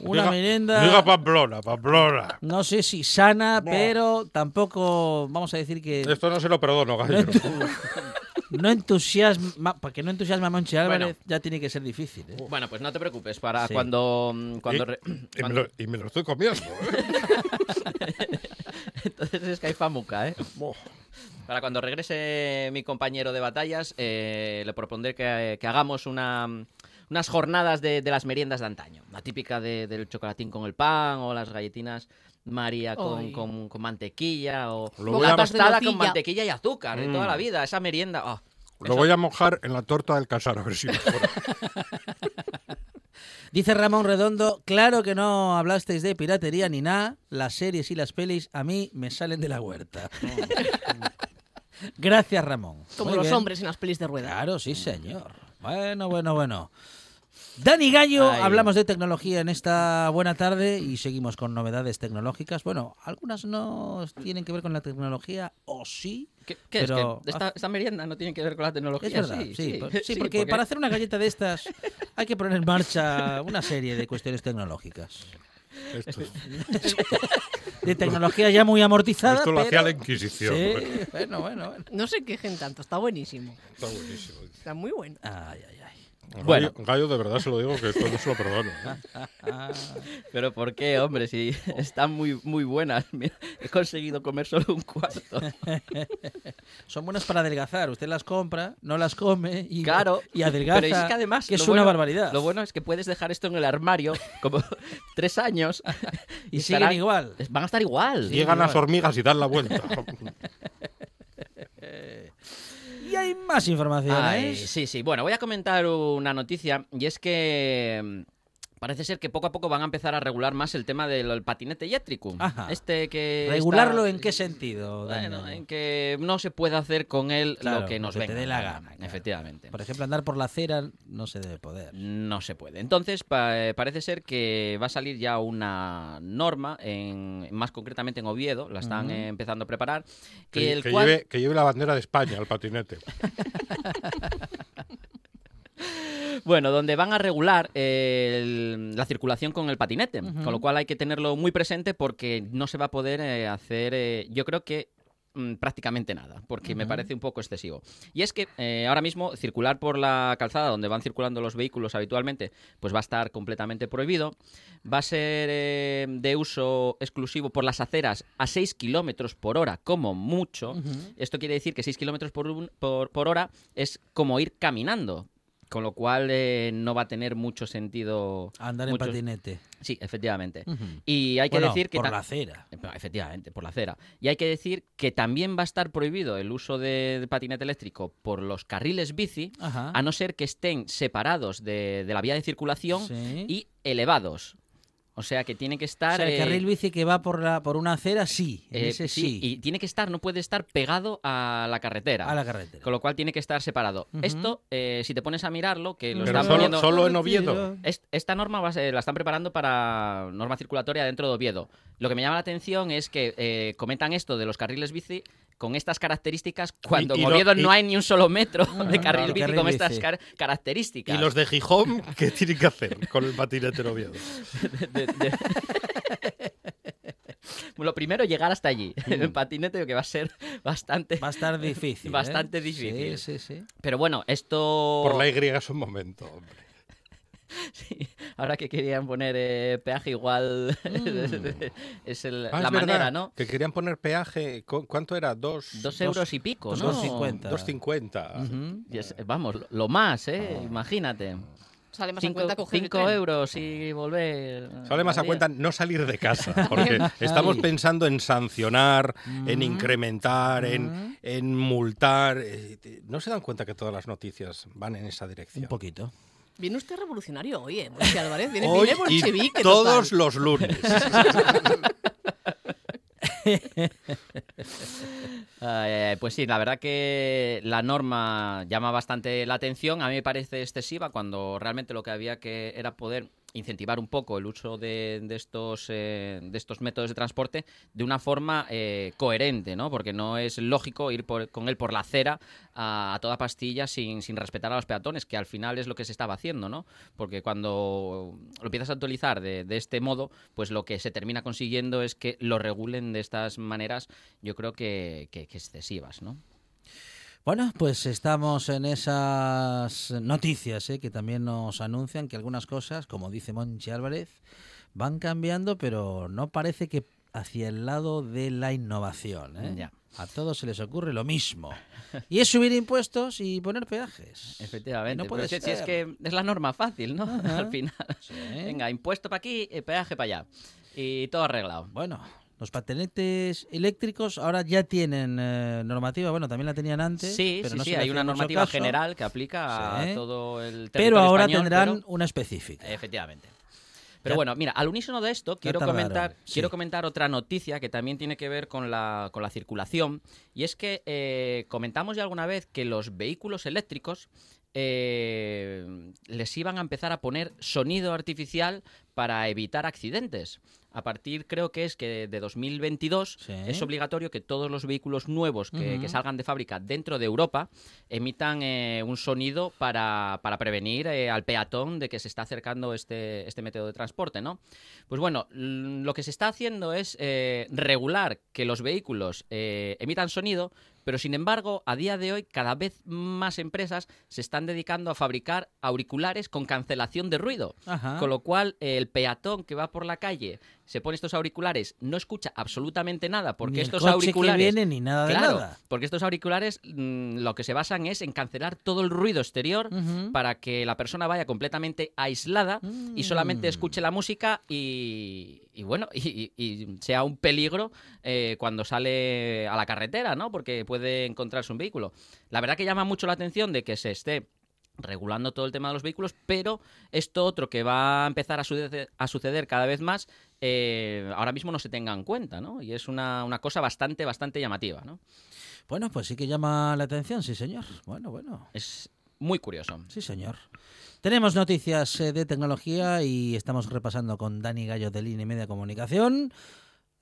S2: Una
S5: Diga-
S2: merienda-
S5: Diga Pamplona, Pamplona.
S2: No sé si sana,
S5: Buah.
S2: pero tampoco vamos a decir que
S5: Esto no se lo perdono, Gallero.
S2: no entusiasma, para que no entusiasme a Monchi Álvarez
S4: Bueno.
S2: ya tiene que ser difícil. ¿eh?
S4: Bueno, pues no te preocupes, para
S2: Sí.
S4: cuando... mm, cuando,
S5: Y-
S4: re-
S5: Y Eh, me
S4: cuando-
S5: lo, y me lo estoy comiendo. ¿eh?
S4: Entonces es que hay famuca, ¿eh?
S5: Bo.
S4: Para cuando regrese mi compañero de batallas, eh, le propondré que, que hagamos una- unas jornadas de, de las meriendas de antaño. La típica de- del chocolatín con el pan o las galletinas María con,
S3: Ay.
S4: con- con mantequilla o
S5: Lo voy
S4: la
S5: a-
S4: tostada
S3: Bocatas de
S4: con
S3: nocilla.
S4: mantequilla y azúcar de
S2: Mm.
S4: toda la vida. Esa merienda. ah,
S5: Lo voy a mojar en la torta del casar, a ver si mejora.
S2: Dice Ramón Redondo, claro que no hablasteis de piratería ni nada, las series y las pelis a mí me salen de la huerta. Gracias, Ramón.
S3: Como
S2: Muy
S3: los
S2: bien.
S3: hombres en las pelis de rueda.
S2: Claro, sí, señor. Bueno, bueno, bueno. Dani Gallo,
S4: Ay.
S2: hablamos de tecnología en esta buena tarde y seguimos con novedades tecnológicas. Bueno, algunas no tienen que ver con la tecnología, o sí.
S4: ¿Qué, qué
S2: Pero-
S4: es que esta, esta merienda no tiene que ver con la tecnología?
S2: Es verdad, sí,
S4: sí, sí,
S2: por- sí,
S4: sí,
S2: porque, para hacer una galleta de estas hay que poner en marcha una serie de cuestiones tecnológicas.
S5: Esto,
S2: De tecnología ya muy amortizada.
S5: esto lo hacía la
S2: pero-
S5: Inquisición.
S2: Sí, bueno, bueno, bueno.
S3: No se quejen tanto, está buenísimo.
S5: Está buenísimo.
S3: Está muy bueno.
S2: Ay, ay, ay.
S4: Bueno.
S5: Gallo, Gallo, de verdad se lo digo que esto no se lo perdono. ¿eh?
S4: Pero ¿por qué, hombre? Si están muy, muy buenas. Mira, he conseguido comer solo un cuarto.
S2: Son buenas para adelgazar. Usted las compra, no las come y,
S4: Claro.
S2: y adelgaza.
S4: Pero es que además.
S2: que es
S4: lo
S2: una
S4: bueno-
S2: barbaridad.
S4: Lo bueno es que puedes dejar esto en el armario como tres años.
S2: Y siguen
S4: estarán-
S2: igual.
S4: Van a estar igual.
S2: Sí.
S5: Llegan las
S2: igual.
S5: hormigas y dan la vuelta.
S2: Y hay más ¿eh?
S4: Ay,
S2: informaciones.
S4: sí, sí. Bueno, voy a comentar una noticia y es que. mm, Parece ser que poco a poco van a empezar a regular más el tema del el patinete eléctrico.
S2: Ajá.
S4: Este que
S2: ¿Regularlo
S4: está-
S2: en qué sentido? Dani
S4: Bueno,
S2: Gallo?
S4: en que no se puede hacer con él
S2: Claro,
S4: lo que nos
S2: lo que te
S4: venga.
S2: dé la gana, claro.
S4: Efectivamente.
S2: Por ejemplo, andar por la acera no se debe poder.
S4: No se puede. Entonces, pa- eh, parece ser que va a salir ya una norma, en, más concretamente en Oviedo, la están eh, empezando a preparar, que,
S5: Que,
S4: el
S5: que
S4: cual-
S5: lleve, que lleve la bandera de España al patinete.
S4: bueno, donde van a regular eh, el- la circulación con el patinete, con lo cual hay que tenerlo muy presente porque no se va a poder eh, hacer, eh, yo creo que mm, prácticamente nada, porque me parece un poco excesivo. Y es que eh, ahora mismo circular por la calzada donde van circulando los vehículos habitualmente, pues va a estar completamente prohibido. Va a ser eh, de uso exclusivo por las aceras a 6 kilómetros por hora, como mucho. Esto quiere decir que 6 kilómetros por, un- por, por hora es como ir caminando. Con lo cual eh, no va a tener mucho sentido.
S2: Andar en
S4: mucho-
S2: patinete.
S4: Sí, efectivamente.
S2: Ujú.
S4: Y hay que
S2: Bueno,
S4: decir que.
S2: por
S4: ta-
S2: la acera.
S4: Eh, Efectivamente, por la acera. Y hay que decir que también va a estar prohibido el uso de, de patinete eléctrico por los carriles bici,
S2: Ajá.
S4: a no ser que estén separados de, de la vía de circulación
S2: Sí.
S4: y elevados. O sea que tiene
S2: O
S4: que estar.
S2: sea, el
S4: eh,
S2: carril bici que va por la por una acera, sí. en
S4: eh,
S2: ese sí.
S4: sí, Y tiene que estar, no puede estar pegado a la carretera.
S2: A la carretera.
S4: Con lo cual tiene que estar separado.
S2: Ujú.
S4: Esto, eh, si te pones a mirarlo, que lo
S5: Pero
S4: están
S5: solo-
S4: poniendo-
S5: solo en Oviedo.
S4: Es- Esta norma va a ser- la están preparando para norma circulatoria dentro de Oviedo. Lo que me llama la atención es que eh, comentan esto de los carriles bici con estas características cuando
S5: Y- y
S4: en
S5: lo-
S4: Oviedo
S5: y-
S4: no hay ni un solo metro de
S2: claro.
S4: carril bici
S2: Carril
S4: con
S2: bici.
S4: estas car-
S5: ¿Y
S4: características.
S5: los de Gijón qué tienen que hacer con el patinete en Oviedo?
S4: De- de- Lo primero, llegar hasta allí. El patinete que va a ser bastante...
S2: Va a estar difícil. ¿eh?
S4: Bastante difícil.
S2: Sí, sí, sí.
S4: Pero bueno, esto...
S5: Por la Y es un momento, hombre.
S4: Sí, ahora que querían poner eh, peaje igual es el-
S5: Ah,
S4: la
S5: es verdad,
S4: manera, ¿no?
S5: Que querían poner peaje. ¿cu- ¿Cuánto era? Dos,
S4: Dos euros y pico,
S2: dos
S4: ¿no?
S2: cincuenta.
S5: 2,50.
S2: Ujú.
S4: Y es- vamos, lo- lo más,
S5: Ah.
S4: ¿eh? Imagínate.
S3: Sale más a
S4: Cinco,
S3: cuenta coger el
S4: cinco
S3: tren.
S4: euros y volver. eh,
S5: Sale más a
S4: María.
S5: cuenta no salir de casa, porque estamos pensando en sancionar, en incrementar, en, en multar. eh, eh, ¿No se dan cuenta que todas las noticias van en esa
S2: Un
S5: dirección?
S2: poquito.
S3: Viene usted revolucionario hoy, ¿eh? Monchi Álvarez. Viene,
S5: Hoy
S3: viene
S5: y
S3: bolchevique.
S5: todos
S3: total.
S5: los lunes.
S4: Ay, ay, ay, pues sí, la verdad que la norma llama bastante la atención. A mí me parece excesiva cuando realmente lo que había que era poder incentivar un poco el uso de, de estos eh, de estos métodos de transporte de una forma eh, coherente, ¿no? Porque no es lógico ir por- con él por la acera a, a toda pastilla sin, sin respetar a los peatones, que al final es lo que se estaba haciendo, ¿no? Porque cuando lo empiezas a actualizar de, de este modo, pues lo que se termina consiguiendo es que lo regulen de estas maneras, yo creo que, que- que excesivas, ¿no?
S2: Bueno, pues estamos en esas noticias ¿eh? que también nos anuncian que algunas cosas, como dice Monchi Álvarez, van cambiando, pero no parece que hacia el lado de la innovación. ¿eh?
S4: Ya.
S2: A todos se les ocurre lo mismo. Y es subir impuestos y poner peajes.
S4: Efectivamente.
S2: No puede
S4: Pero si- si es
S2: ser. ¿Eh?
S4: que es la norma fácil, ¿no?
S2: Ajá.
S4: Al final.
S2: Sí.
S4: Venga, impuesto para aquí, eh, peaje para allá. Y todo arreglado.
S2: Bueno, los patinetes eléctricos ahora ya tienen eh, normativa. Bueno, también la tenían antes.
S4: Sí,
S2: pero
S4: sí,
S2: no
S4: sí,
S2: se le
S4: hay
S2: hacía
S4: una
S2: mucho
S4: normativa
S2: caso.
S4: general que aplica
S2: Sí.
S4: a todo el territorio
S2: Pero ahora
S4: español,
S2: tendrán
S4: pero-
S2: una específica.
S4: Efectivamente. Pero
S2: Ya-
S4: bueno, mira, al unísono de esto, quiero
S2: tardaron,
S4: comentar,
S2: sí.
S4: quiero comentar otra noticia que también tiene que ver con la, con la circulación. Y es que eh, comentamos ya alguna vez que los vehículos eléctricos eh, les iban a empezar a poner sonido artificial para evitar accidentes. A partir, creo que es que de 2022
S2: Sí.
S4: es obligatorio que todos los vehículos nuevos que, que
S2: Ujú.
S4: salgan de fábrica dentro de Europa emitan eh, un sonido para, para prevenir eh, al peatón de que se está acercando este, este método de transporte, ¿no? Pues bueno, l- lo que se está haciendo es eh, regular que los vehículos eh, emitan sonido, pero sin embargo, a día de hoy, cada vez más empresas se están dedicando a fabricar auriculares con cancelación de ruido.
S2: Ajá.
S4: Con lo cual, eh, el peatón que va por la calle se pone estos auriculares, no escucha absolutamente nada, porque
S2: Ni el
S4: estos
S2: coche
S4: auriculares.
S2: que viene ni nada de
S4: Claro,
S2: nada.
S4: porque estos auriculares mm, lo que se basan es en cancelar todo el ruido exterior
S2: Ujú.
S4: para que la persona vaya completamente aislada y solamente
S2: Mm.
S4: escuche la música y, y bueno, y, y- y sea un peligro eh, cuando sale a la carretera, ¿no? Porque puede encontrarse un vehículo. La verdad que llama mucho la atención de que se esté regulando todo el tema de los vehículos, pero esto otro que va a empezar a, sude- a suceder cada vez más, eh, ahora mismo no se tenga en cuenta, ¿no? Y es una, una cosa bastante, bastante llamativa, ¿no?
S2: Bueno, pues sí que llama la atención, sí, señor. Bueno, bueno.
S4: Es muy curioso.
S2: Sí, señor. Tenemos noticias eh, de tecnología y estamos repasando con Dani Gallo de Línea y Media Comunicación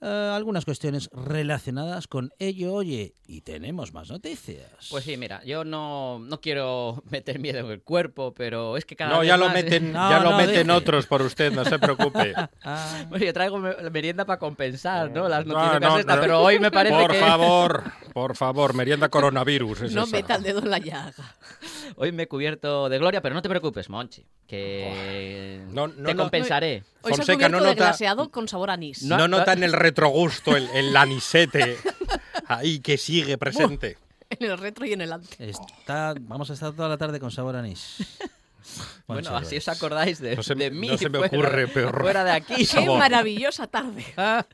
S2: eh, algunas cuestiones relacionadas con ello. Oye, y tenemos más noticias.
S4: Pues sí, mira, yo no, no quiero meter miedo en el cuerpo, pero es que cada
S5: No,
S4: vez
S5: ya lo
S4: más- eh,
S5: meten,
S2: No,
S5: ya lo
S2: no,
S5: meten
S2: deje.
S5: otros por usted, no se preocupe.
S2: Ah,
S4: Bueno, yo traigo me- merienda para compensar, ¿no? Las
S5: No,
S4: noticias
S5: no,
S4: estas,
S5: no.
S4: pero hoy me parece
S5: por
S4: que
S5: favor, por favor, merienda coronavirus. es
S3: No
S5: esa.
S3: meta el dedo en la llaga.
S4: hoy me he cubierto de gloria, pero no te preocupes, Monchi, que
S5: Oh. No, no,
S4: te
S5: no.
S4: compensaré.
S3: Hoy se ha
S5: Fonseca
S3: cubierto
S5: no
S3: de
S5: nota-
S3: glaseado con sabor a anís.
S5: No,
S4: No-
S5: notan el retrogusto, el, el anisete ahí que sigue presente.
S3: en el retro y en el antes.
S2: Está, vamos a estar toda la tarde con sabor a anís.
S4: Bueno,
S2: sabor a
S4: así
S2: anís.
S4: os acordáis de,
S5: No se me-
S4: de mí.
S5: no se me
S4: fuera-
S5: ocurre peor.
S4: Fuera de aquí.
S3: ¡Qué
S5: Sabor.
S3: maravillosa tarde!
S4: Ah,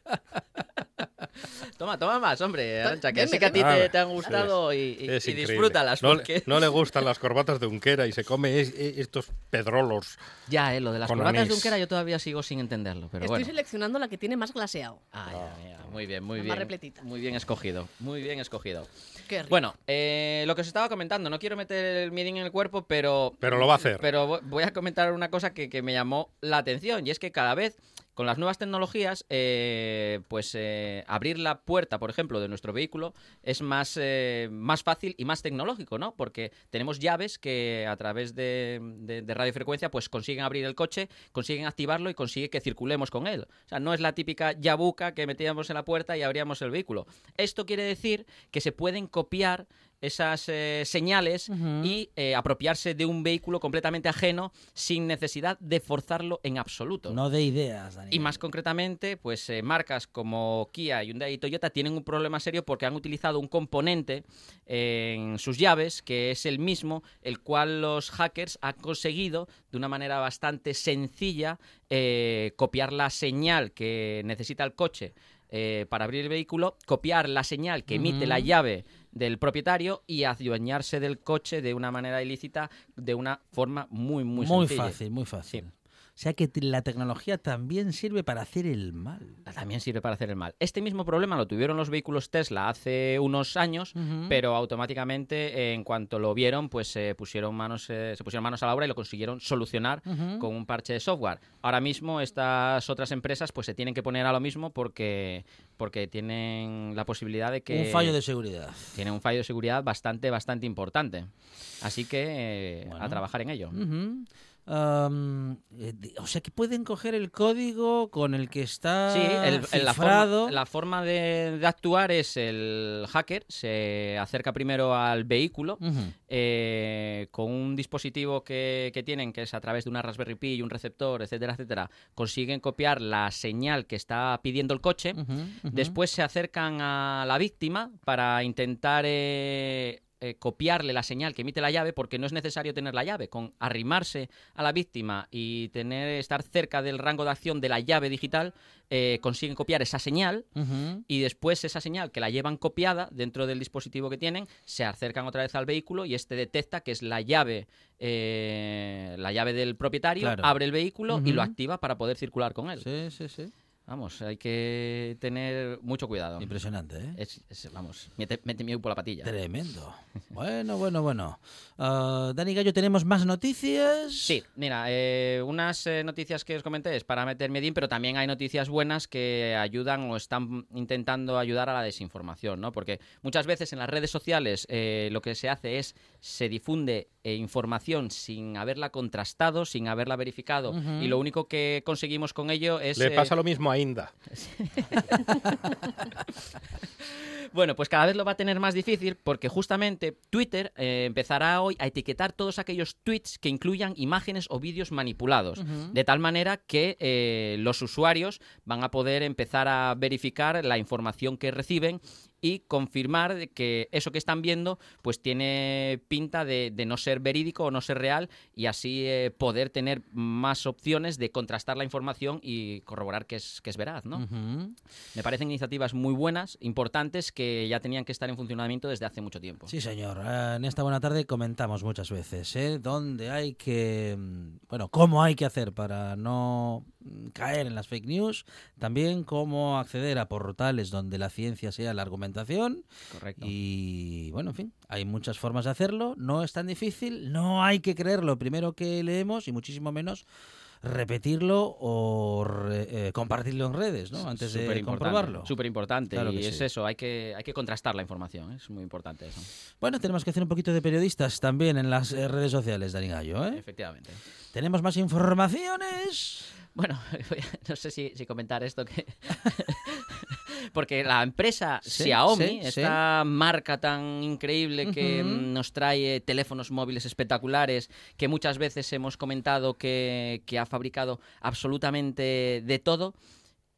S4: Toma, toma más, hombre,
S3: To-
S4: Arancha, que
S3: deme,
S4: sé que a ti
S5: deme.
S4: te, te han
S5: Ah,
S4: gustado y, y-
S5: Es
S4: y
S5: increíble.
S4: disfrútalas.
S5: No, le-
S4: porque...
S5: no le gustan las corbatas de Unquera y se come es- e- estos pedrolos.
S4: Ya, eh, lo de las
S5: Con
S4: corbatas
S5: anís.
S4: de Unquera yo todavía sigo sin entenderlo, pero
S3: Estoy
S4: bueno.
S3: seleccionando la que tiene más glaseado.
S4: Ah, ya, ya, muy bien, muy
S3: La más
S4: bien.
S3: repletita.
S4: Muy bien escogido, muy bien escogido.
S3: Qué rico.
S4: Bueno, eh, lo que os estaba comentando, no quiero meter el mirin en el cuerpo, pero...
S5: Pero lo va a hacer.
S4: Pero vo- voy a comentar una cosa que, que me llamó la atención, y es que cada vez, con las nuevas tecnologías, eh, pues eh, abrir la puerta, por ejemplo, de nuestro vehículo es más, eh, más fácil y más tecnológico, ¿no? Porque tenemos llaves que a través de, de- de radiofrecuencia, pues consiguen abrir el coche, consiguen activarlo y consigue que circulemos con él. O sea, no es la típica yabuca que metíamos en la puerta y abríamos el vehículo. Esto quiere decir que se pueden copiar esas eh, señales y eh, apropiarse de un vehículo completamente ajeno sin necesidad de forzarlo en absoluto.
S2: No de ideas, Dani.
S4: Y más concretamente, pues eh, marcas como Kia, Hyundai y Toyota tienen un problema serio porque han utilizado un componente eh, en sus llaves que es el mismo, el cual los hackers han conseguido de una manera bastante sencilla eh, copiar la señal que necesita el coche eh, para abrir el vehículo, copiar la señal que emite la llave del propietario y adueñarse del coche de una manera ilícita, de una forma muy, muy,
S2: muy,
S4: sencilla.
S2: fácil, muy fácil. O sea que t- la tecnología también sirve para hacer el mal.
S4: También sirve para hacer el mal. Este mismo problema lo tuvieron los vehículos Tesla hace unos años, pero automáticamente eh, en cuanto lo vieron, pues se pusieron manos, eh, se pusieron manos a la obra y lo consiguieron solucionar con un parche de software. Ahora mismo estas otras empresas pues se tienen que poner a lo mismo porque porque tienen la posibilidad de que
S2: Un fallo de seguridad.
S4: tienen un fallo de seguridad bastante bastante importante. Así que eh,
S2: Bueno.
S4: a trabajar en ello.
S2: Ujú. Am, eh, di- o sea que pueden coger el código con el que está
S4: Sí, el, el- la
S2: cifrado.
S4: forma, la forma de, de actuar es el hacker se acerca primero al vehículo
S2: Ujú.
S4: eh, con un dispositivo que, que tienen, que es a través de una Raspberry Pi y un receptor, etcétera, etcétera, consiguen copiar la señal que está pidiendo el coche.
S2: Ujú, ujú.
S4: Después se acercan a la víctima para intentar eh, eh, copiarle la señal que emite la llave, porque no es necesario tener la llave. Con arrimarse a la víctima y tener estar cerca del rango de acción de la llave digital, eh, consiguen copiar esa señal
S2: Ujú.
S4: y después esa señal que la llevan copiada dentro del dispositivo que tienen, se acercan otra vez al vehículo y este detecta que es la llave, eh, la llave del propietario,
S2: Claro.
S4: abre el vehículo y
S2: Ujú.
S4: lo activa para poder circular con él.
S2: Sí, sí, sí.
S4: Vamos, hay que tener mucho cuidado.
S2: Impresionante, ¿eh?
S4: Es, es- vamos, mete, mete miedo por la patilla.
S2: Tremendo. Bueno, bueno, bueno. Ah, Dani Gallo, ¿tenemos más noticias?
S4: Sí, mira, eh, unas eh, noticias que os comenté es para meter miedín, pero también hay noticias buenas que ayudan o están intentando ayudar a la desinformación, ¿no? Porque muchas veces en las redes sociales eh, lo que se hace es se difunde eh, información sin haberla contrastado, sin haberla verificado, y lo único que conseguimos con ello es...
S5: Le
S4: eh,
S5: pasa lo mismo a Inda.
S4: Bueno, pues cada vez lo va a tener más difícil porque justamente Twitter eh, empezará hoy a etiquetar todos aquellos tweets que incluyan imágenes o vídeos manipulados. De tal manera que eh, los usuarios van a poder empezar a verificar la información que reciben y confirmar de que eso que están viendo pues tiene pinta de, de no ser verídico o no ser real y así eh, poder tener más opciones de contrastar la información y corroborar que es, que es veraz, ¿no?
S2: Ujú.
S4: Me parecen iniciativas muy buenas, importantes, que ya tenían que estar en funcionamiento desde hace mucho tiempo.
S2: Sí, señor. Ah, En esta buena tarde comentamos muchas veces, ¿eh? Dónde hay que. mm, Bueno, cómo hay que hacer para no mm, caer en las fake news. También cómo acceder a portales donde la ciencia sea la argumentación.
S4: Correcto.
S2: Y bueno, en fin, hay muchas formas de hacerlo, no es tan difícil, no hay que creer lo primero que leemos y muchísimo menos repetirlo o re- eh, compartirlo en redes, ¿no? Antes de comprobarlo.
S4: Súper importante.
S2: Claro
S4: y
S2: que
S4: es
S2: sí.
S4: eso, hay que, hay que contrastar la información. ¿eh? Es muy importante eso.
S2: Bueno, tenemos que hacer un poquito de periodistas también en las eh, redes sociales, Dani Gallo, ¿eh?
S4: Efectivamente.
S2: Tenemos más informaciones.
S4: Bueno, no sé si, si comentar esto que... Porque la empresa
S2: Sí,
S4: Xiaomi,
S2: sí, sí.
S4: esta marca tan increíble que
S2: Ujú.
S4: mm, nos trae teléfonos móviles espectaculares, que muchas veces hemos comentado que, que ha fabricado absolutamente de todo,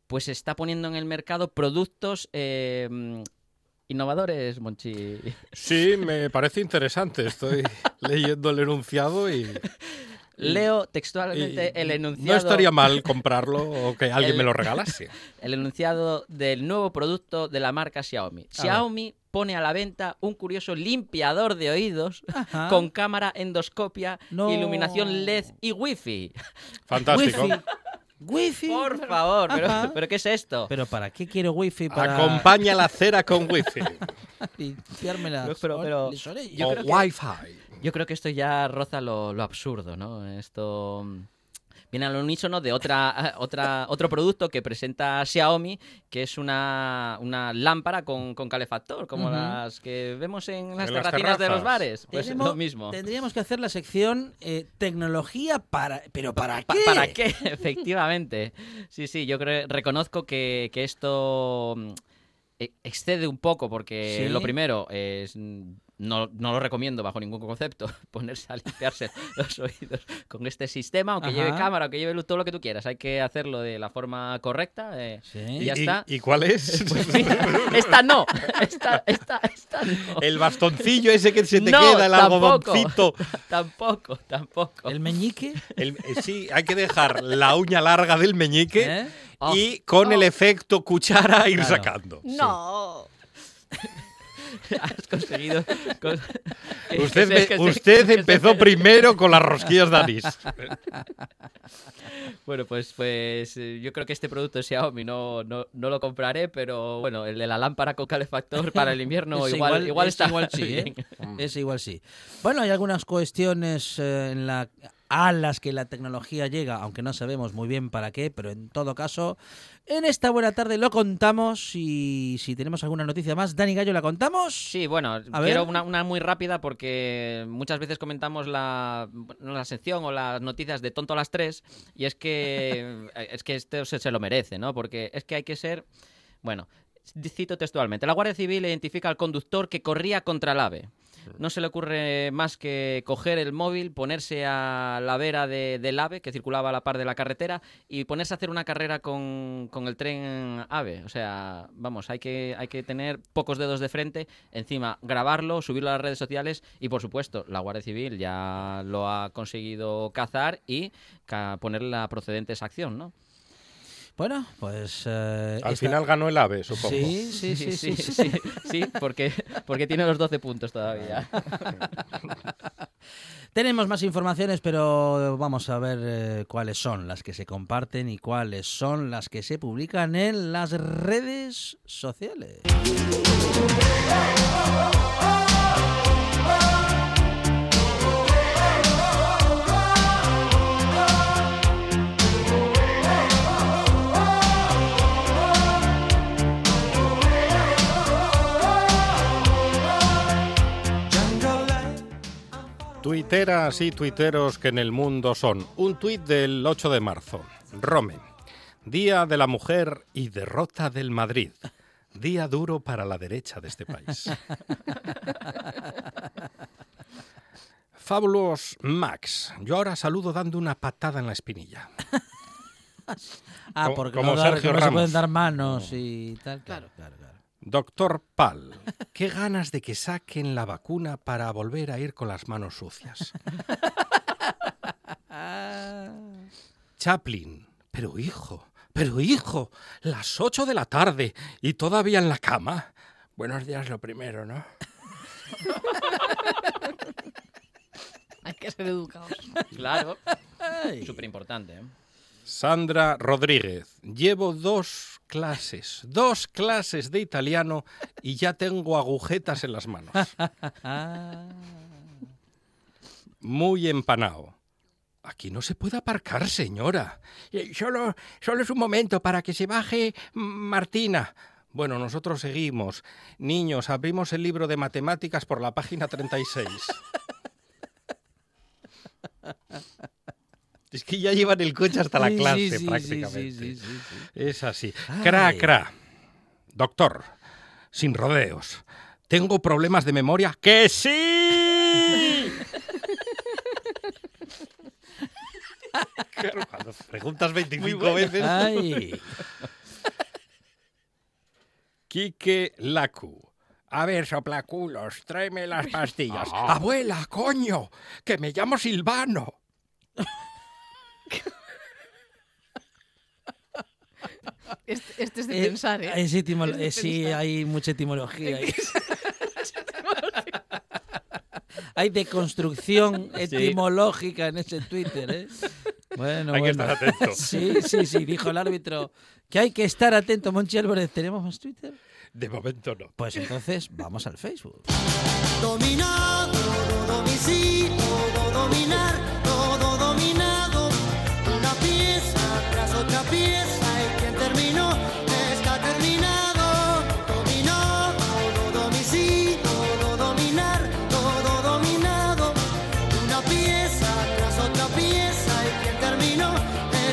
S4: pues está poniendo en el mercado productos eh, mm, Innovadores, Monchi.
S5: Sí, me parece interesante. Estoy leyendo el enunciado y.
S4: Leo
S5: y
S4: textualmente el
S5: No
S4: enunciado.
S5: estaría mal comprarlo o que alguien
S4: El-
S5: me lo regalase.
S4: el enunciado del nuevo producto de la marca Xiaomi.
S2: A ver.
S4: Xiaomi pone a la venta un curioso limpiador de oídos
S2: Ajá.
S4: con cámara endoscopia,
S2: Ah. No.
S4: iluminación LED y wifi.
S5: Fantástico.
S2: Wifi. Wifi.
S4: Por favor,
S2: Ajá.
S4: pero, pero ¿qué es esto?
S2: Pero ¿para qué quiero wifi
S4: Ah,
S2: para
S5: Acompaña la cera con wifi
S2: limpiarme las
S4: No, pero-
S2: or-
S4: pero-
S2: las orejas?
S4: Yo
S5: o
S4: creo que-
S5: wifi.
S4: Yo creo que esto ya roza lo, lo absurdo, ¿no? Esto mm, viene al unísono de otra, otra, otro producto que presenta Xiaomi, que es una, una lámpara con, con calefactor, como
S2: Ujú.
S4: las que vemos en las
S5: En las
S4: terracinas de los
S5: terrazas.
S4: bares. Pues es
S2: Tenemos-
S4: lo mismo.
S2: Tendríamos que hacer la sección eh, tecnología para... ¿Pero para
S4: Pa-
S2: qué?
S4: ¿Para qué? Efectivamente. Sí, sí, yo creo, reconozco que, que esto mm, e- excede un poco, porque
S2: Sí.
S4: lo primero es. mm, No, no lo recomiendo bajo ningún concepto ponerse a limpiarse los oídos con este sistema, aunque lleve
S2: Ajá.
S4: cámara, aunque lleve luz, todo lo que tú quieras. Hay que hacerlo de la forma correcta. eh,
S2: Sí.
S4: Y ya
S5: ¿Y,
S4: está.
S5: y cuál es?
S4: esta no, esta, esta, esta no.
S5: el bastoncillo ese que se te
S4: No,
S5: queda, el
S4: tampoco.
S5: algodoncito.
S4: Tampoco, tampoco.
S2: ¿El meñique?
S5: El- eh, sí, hay que dejar la uña larga del meñique
S2: ¿Eh?
S4: Oh,
S5: y con el
S3: oh.
S5: efecto cuchara ir
S2: Claro.
S5: sacando.
S3: No.
S4: Has conseguido. con-
S5: Usted,
S4: Es
S5: me-
S4: que se-
S5: usted
S4: que se-
S5: empezó primero con las rosquillas de anís.
S4: Bueno, pues, pues eh, yo creo que este producto de Xiaomi no, no, no lo compraré, pero bueno, el de la lámpara con calefactor para el invierno
S2: Ese
S4: igual, igual,
S2: ese
S4: está
S2: igual sí, ¿eh?
S4: bien.
S5: Mm.
S2: Ese igual sí. Bueno, hay algunas cuestiones eh, en la, a las que la tecnología llega, aunque no sabemos muy bien para qué, pero en todo caso, en esta buena tarde lo contamos y si tenemos alguna noticia más, Dani Gallo, ¿la contamos?
S4: Sí, bueno,
S2: A
S4: quiero
S2: ver.
S4: una, una muy rápida porque muchas veces comentamos la, bueno, la sección o las noticias de tonto a las tres y es que es que este se, se lo merece, ¿no? Porque es que hay que ser, bueno, cito textualmente, la Guardia Civil identifica al conductor que corría contra el ave. No se le ocurre más que coger el móvil, ponerse a la vera de- del ave que circulaba a la par de la carretera y ponerse a hacer una carrera con, con el tren ave. O sea, vamos, hay que, hay que tener pocos dedos de frente, encima grabarlo, subirlo a las redes sociales y, por supuesto, la Guardia Civil ya lo ha conseguido cazar y ca- poner la procedente acción, ¿no?
S2: Bueno, pues... eh,
S5: Al
S2: esta-
S5: final ganó el ave, supongo.
S2: Sí, sí, sí, sí.
S4: sí, sí, sí, porque, porque tiene los 12 puntos todavía.
S2: Tenemos más informaciones, pero vamos a ver eh, cuáles son las que se comparten y cuáles son las que se publican en las redes sociales.
S5: Tuiteras y tuiteros que en el mundo son. Un tuit del 8 de marzo. Rome. Día de la mujer y derrota del Madrid. Día duro para la derecha de este país. Fábulos Max. Yo ahora saludo dando una patada en la espinilla.
S2: Ah,
S5: Como-
S2: porque
S5: como
S2: no, dar-
S5: Sergio
S2: no se
S5: Ramos.
S2: pueden dar manos y
S3: Mm.
S2: tal. Claro, claro, claro.
S5: Doctor Pal, qué ganas de que saquen la vacuna para volver a ir con las manos sucias. Chaplin, pero hijo, pero hijo, las 8 de la tarde y todavía en la cama. Buenos días lo primero, ¿no?
S3: Hay que ser educados.
S4: Claro, ¿eh? súper importante.
S5: Sandra Rodríguez, llevo dos clases, dos clases de italiano y ya tengo agujetas en las manos. Muy empanao. Aquí no se puede aparcar, señora. Eh, Solo, solo es un momento para que se baje M- Martina. Bueno, nosotros seguimos. Niños, abrimos el libro de matemáticas por la página 36. Es que ya llevan el coche hasta la
S2: Sí, sí,
S5: clase,
S2: sí, sí,
S5: prácticamente.
S2: sí, sí, sí, sí.
S5: Es así.
S2: Ay.
S5: Cra, cra. Doctor, sin rodeos. Tengo problemas de memoria. ¡Que sí! Claro, cuando preguntas 25 veces.
S2: Ay,
S5: Quique Lacu. A ver, soplaculos, tráeme las pastillas.
S2: Ah.
S5: Abuela, coño, que me llamo Silvano.
S3: Este, este es de pensar, ¿eh?
S2: Es etimolo-
S3: Es de
S2: eh, sí,
S3: pensar.
S2: hay mucha etimología. ahí. hay deconstrucción etimológica en ese Twitter, ¿eh? Bueno,
S5: Hay que
S2: bueno.
S5: estar atento.
S2: Sí, sí, sí, dijo el árbitro que hay que estar atento, Monchi Álvarez. ¿Tenemos más Twitter?
S5: De momento no.
S2: Pues entonces vamos al Facebook.
S6: Dominado, domicilio, dominar, todo dominado. Una pieza tras otra pieza y quien terminó está terminado. Dominado, domicilio, dominar, todo dominado. Una pieza tras otra pieza y quien terminó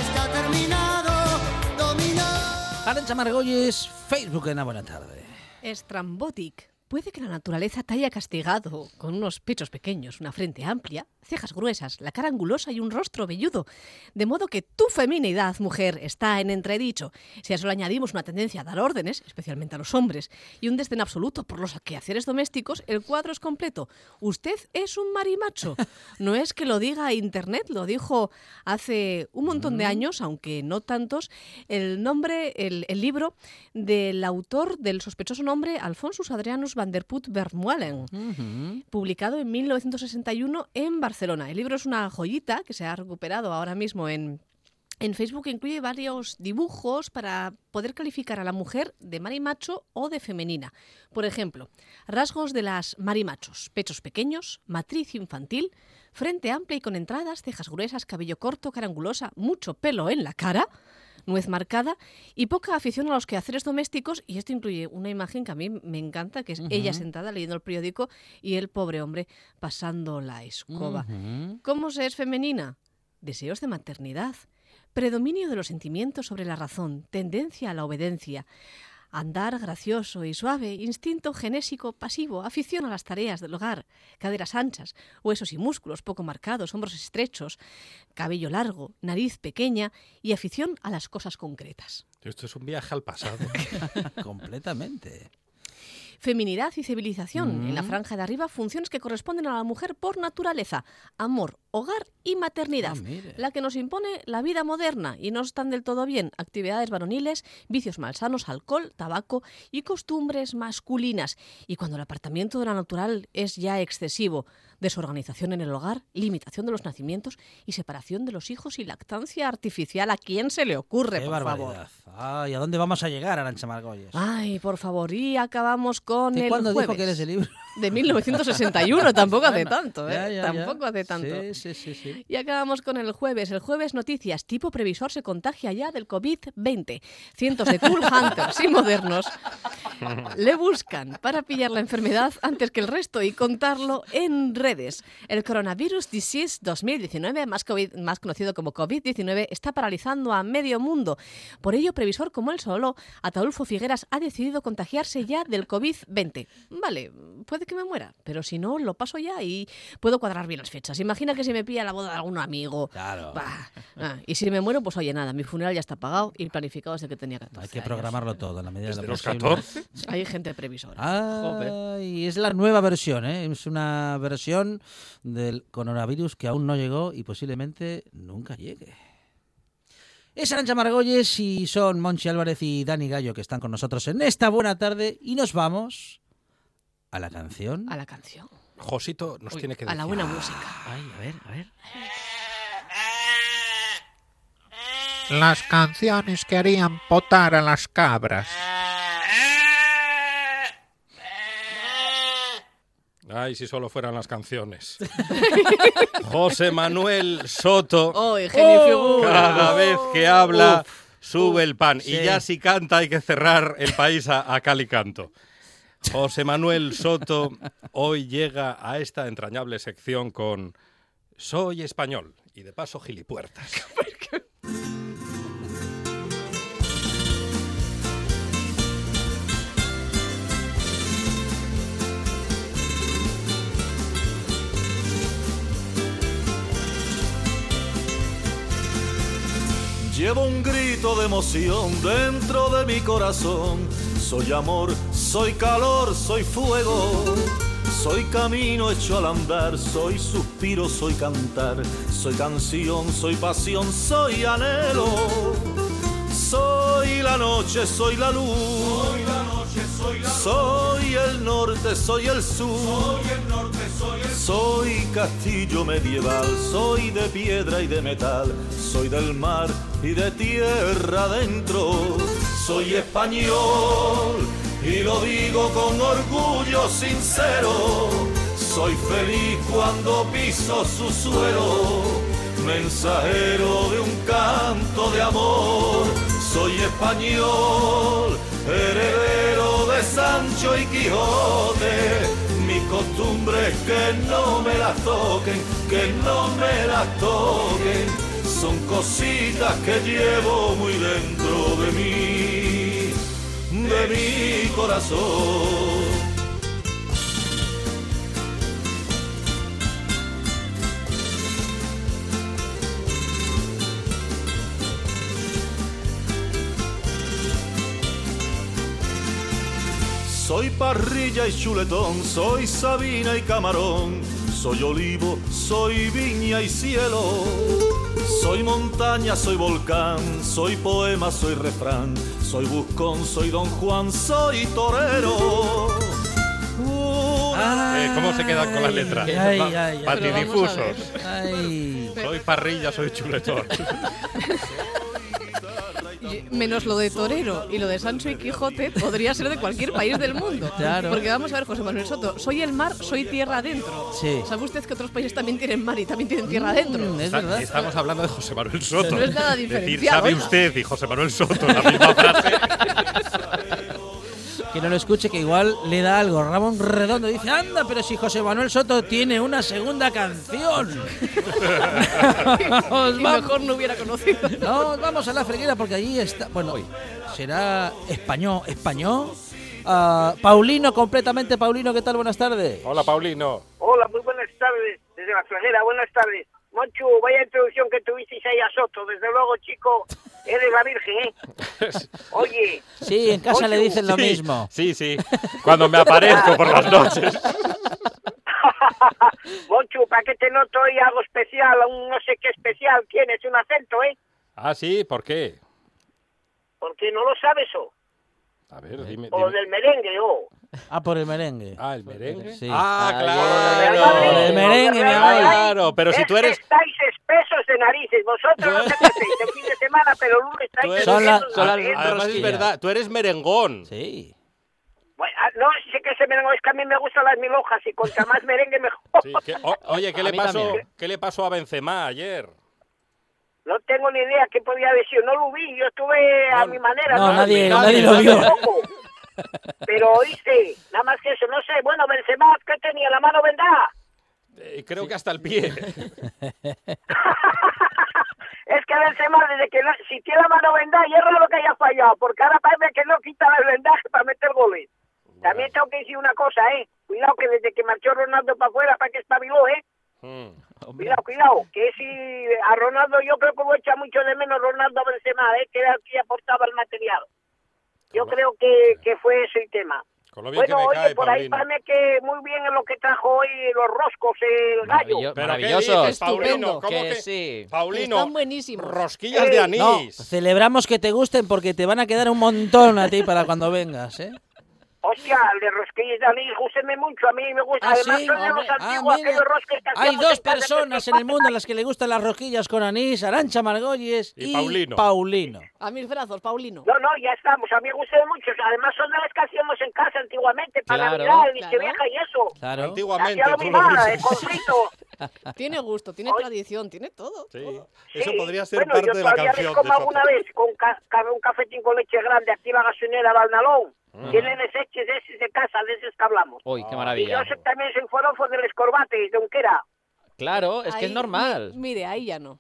S6: está terminado. Dominado.
S2: Arancha Margolles, Facebook en la buena tarde.
S3: Estrambotic. Puede que la naturaleza te haya castigado con unos pechos pequeños, una frente amplia, cejas gruesas, la cara angulosa y un rostro velludo. De modo que tu feminidad, mujer, está en entredicho. Si a eso le añadimos una tendencia a dar órdenes, especialmente a los hombres, y un desdén absoluto por los quehaceres domésticos, el cuadro es completo. Usted es un marimacho. No es que lo diga Internet, lo dijo hace un montón de años, aunque no tantos, el nombre, el, el libro del autor del sospechoso nombre Alfonsus Adrianus van der Put Vermuelen, publicado en 1961 en Barcelona. El libro es una joyita que se ha recuperado ahora mismo en... En Facebook incluye varios dibujos para poder calificar a la mujer de marimacho o de femenina. Por ejemplo, rasgos de las marimachos, pechos pequeños, matriz infantil, frente amplia y con entradas, cejas gruesas, cabello corto, cara angulosa, mucho pelo en la cara, nuez marcada y poca afición a los quehaceres domésticos. Y esto incluye una imagen que a mí me encanta, que es ella sentada leyendo el periódico y el pobre hombre pasando la escoba. ¿Cómo se es femenina? Deseos de maternidad, predominio de los sentimientos sobre la razón, tendencia a la obediencia, andar gracioso y suave, instinto genésico pasivo, afición a las tareas del hogar, caderas anchas, huesos y músculos poco marcados, hombros estrechos, cabello largo, nariz pequeña y afición a las cosas concretas.
S5: Esto es un viaje al pasado.
S2: Completamente.
S3: Feminidad y civilización. En la
S2: Mm.
S3: franja de arriba, funciones que corresponden a la mujer por naturaleza. Amor, hogar y maternidad.
S2: Ah, mire.
S3: la que nos impone la vida moderna y no están del todo bien. Actividades varoniles, vicios malsanos, alcohol, tabaco y costumbres masculinas. Y cuando el apartamiento de la natural es ya excesivo. Desorganización en el hogar, limitación de los nacimientos y separación de los hijos y lactancia artificial. ¿A quién se le ocurre,
S2: Qué
S3: por favor?
S2: barbaridad. Ay, ¿a dónde vamos a llegar, Arancha Margolles?
S3: Ay, por favor, y acabamos con
S2: ¿Y
S3: el
S2: cuándo dijo
S3: jueves.
S2: que eres el libro?
S3: De 1961, tampoco hace
S2: Bueno,
S3: tanto, ¿eh?
S2: ya, ya, ya.
S3: tampoco hace tanto.
S2: Sí, sí, sí. sí.
S3: Y acabamos con el jueves. El jueves noticias, tipo previsor se contagia ya del COVID-20. Cientos de cool hunters y modernos le buscan para pillar la enfermedad antes que el resto y contarlo en redes. El coronavirus disease 2019, más, COVID más conocido como COVID-19, está paralizando a medio mundo. Por ello, previsor como el solo, Ataulfo Figueras ha decidido contagiarse ya del COVID-20. Vale, puede que me muera, pero si no, lo paso ya y puedo cuadrar bien las fechas. Imagina que se me pilla la boda de algún amigo.
S2: Claro.
S3: Bah, ah, y si me muero, pues oye, nada, mi funeral ya está pagado y planificado desde que tenía 14
S2: Hay que
S3: años.
S2: programarlo todo en la medida de
S5: Desde
S2: lo
S5: Este los
S2: posible.
S5: 14.
S3: Hay gente previsora.
S2: Ah,
S4: Jope.
S2: y es la nueva versión, ¿eh? Es una versión del coronavirus que aún no llegó y posiblemente nunca llegue. Es Arancha Margolles y son Monchi Álvarez y Dani Gallo que están con nosotros en esta buena tarde y nos vamos a la canción.
S3: A la canción.
S5: Josito nos
S3: Uy,
S5: Pues tiene que
S3: a
S5: decir. ¡Ah!
S3: la buena música.
S4: Ay, a ver, a ver.
S7: Las canciones que harían potar a las cabras.
S5: Ay, si solo fueran las canciones. José Manuel Soto.
S3: ¡Oh, genio
S5: Cada
S3: figura!
S5: vez que habla, sube el pan.
S2: sí.
S5: Y ya si canta hay que cerrar el país a, a cal y canto. José Manuel Soto hoy llega a esta entrañable sección con Soy español y de paso gilipuertas.
S8: Llevo un grito de emoción dentro de mi corazón Soy amor, soy calor, soy fuego. Soy camino hecho al andar, soy suspiro, soy cantar, soy canción, soy pasión, soy anhelo. Soy la noche, soy la luz. Soy la noche, soy la Soy el norte, soy el sur. Soy el norte, soy el Soy castillo medieval, soy de piedra y de metal, soy del mar y de tierra adentro. Soy español y lo digo con orgullo sincero. Soy feliz cuando piso su suelo mensajero de un canto de amor. Soy español, heredero de Sancho y Quijote. Mi costumbre es que no me las toquen, que no me las toquen. Son cositas que llevo muy dentro de mí, de mi corazón. Soy parrilla y chuletón, soy sabina y camarón, soy olivo, soy viña y cielo. Soy montaña, soy volcán, soy poema, soy refrán, soy buscón, soy don Juan, soy torero.
S5: Eh, ¿Cómo se quedan con las letras?
S2: Ay, ay, ay, ay.
S5: Patidifusos.
S2: Ay.
S5: Soy parrilla, soy chuletón.
S3: Y- Menos lo de Torero y lo de Sancho y Quijote podría ser de cualquier país del mundo.
S2: Claro.
S3: Porque vamos a ver, José Manuel Soto, soy el mar, soy tierra adentro.
S2: Sí.
S3: ¿Sabe usted que otros países también tienen mar y también tienen tierra adentro?
S2: Mm, es
S5: Está-
S2: verdad.
S5: Estamos hablando de José Manuel Soto.
S3: No es nada
S5: decir,
S3: diferenciado,
S5: sabe
S3: oiga.
S5: usted y José Manuel Soto la misma frase.
S2: Que no lo escuche, que igual le da algo. Ramón Redondo dice, anda, pero si José Manuel Soto tiene una segunda canción. Os
S3: Y
S2: va-
S3: mejor no hubiera conocido.
S2: Nos vamos a la freguera porque allí está. Bueno, hoy será español, español. Ah, Paulino, completamente Paulino, ¿qué tal? Buenas tardes.
S5: Hola, Paulino.
S9: Hola, muy buenas tardes, desde la flanera, buenas tardes. Monchu, vaya introducción que tuvisteis ahí a Soto, desde luego, chico, eres la virgen, ¿eh? Oye,
S2: Sí, en casa
S9: Oye,
S2: le dicen lo
S5: Sí,
S2: mismo.
S5: Sí, sí. Cuando me aparezco por las noches.
S9: Monchu, ¿para qué te noto hoy algo especial, un no sé qué especial tienes, un acento, eh?
S5: Ah, sí, ¿por qué?
S9: Porque no lo sabes, o,
S5: A ver, dime.
S9: o
S5: dime.
S9: del merengue, o.
S2: Ah, por el merengue.
S5: Ah, el merengue.
S2: Sí.
S5: Ah,
S4: Ah,
S5: claro.
S2: el merengue, mi
S5: amor.
S9: Ay,
S5: Claro, pero si
S9: es
S5: tú eres-
S9: que estáis espesos de narices, vosotros no sé qué hacéis, el fin de semana, pero el lunes
S5: Tú
S9: estáis...
S5: eres-
S2: Son la-
S9: espesos de
S2: son la-
S9: narices.
S5: Además es
S2: Rosquilla.
S5: verdad, tú eres merengón.
S2: Sí.
S9: Bueno, ah, no, sí que se me es que a mí me gustan las mil hojas y contra más merengue mejor.
S5: Sí, que- o- oye, ¿qué
S4: A
S5: le,
S4: mí
S5: pasó,
S4: también.
S5: ¿qué le pasó a Benzema ayer?
S9: No tengo ni idea qué podía decir, no lo vi, yo estuve a
S5: No,
S9: mi manera.
S2: no, nadie- nadie
S5: lo vio.
S9: tampoco. Pero oíste, nada más que eso, no sé, bueno, Benzema, ¿qué tenía? ¿La mano vendada?
S5: Eh, creo que hasta el pie.
S9: Es que Benzema, desde que no- si tiene la mano vendada, yo no lo que haya fallado, porque ahora parece que no quita el vendaje para meter goles. También tengo que decir una cosa, ¿eh? Cuidado que desde que marchó Ronaldo para afuera, para que espabiló, ¿eh?
S5: Mm.
S9: Cuidado, cuidado, que si a Ronaldo yo creo que lo echa mucho de menos Ronaldo a Benzema, ¿eh? que era el que aportaba el material. Yo creo que, que fue ese el tema.
S5: Con lo bien
S9: Bueno,
S5: que me
S9: oye,
S5: cae,
S9: por ahí
S5: Paulino.
S9: parece que muy bien en lo que trajo hoy los roscos, el gallo.
S4: Maravillo-
S5: ¿Pero
S4: maravilloso.
S5: qué dices, Paulino?
S3: Estupendo.
S5: ¿Cómo
S4: Que
S5: que,
S4: sí.
S5: Paulino,
S3: Están buenísimos.
S5: rosquillas
S9: Eh,
S5: de
S2: No,
S5: anís.
S2: celebramos que te gusten porque te van a quedar un montón a ti para cuando vengas, ¿eh?
S9: Hostia, el de rosquillas de anís, gústeme mucho, a mí me gusta.
S2: Ah, sí.
S9: Además, son de los
S3: Hombre.
S9: antiguos,
S2: mira.
S9: aquellos rosques que
S2: Hay
S9: hacíamos
S2: dos
S9: en casa,
S2: personas en el mundo a las que le gustan las rosquillas con anís, Arancha Margolles
S5: Y
S2: y,
S5: Paulino.
S2: Paulino.
S3: A mis brazos, Paulino.
S9: No, no, ya estamos, a mí me gustan mucho. Además, son de las que hacíamos en casa antiguamente, para
S4: Claro.
S9: Navidad, y
S3: Claro.
S9: vieja y eso.
S2: Claro.
S5: Antiguamente,
S9: Hacía lo
S5: tú lo
S9: mismo, el
S5: dices.
S9: conflicto.
S3: Tiene gusto, tiene tradición, tiene todo.
S5: Sí.
S3: todo.
S5: Eso
S9: Sí,
S5: podría ser
S9: bueno,
S5: parte
S9: yo
S5: de la
S9: todavía
S5: canción.
S9: les
S5: de
S9: como
S5: Soto.
S9: alguna vez con ca- ca- un cafetín con leche grande aquí en la gasolinera Balnalón.
S5: Ah.
S9: Tienen desechos de esos de casa, de esos que hablamos.
S4: Uy, qué
S9: y yo
S4: maravilla.
S9: soy- también soy forofo del escorbate, donquera.
S4: Claro, es que es
S3: Ahí, mi-
S4: normal.
S3: Mire, ahí ya no.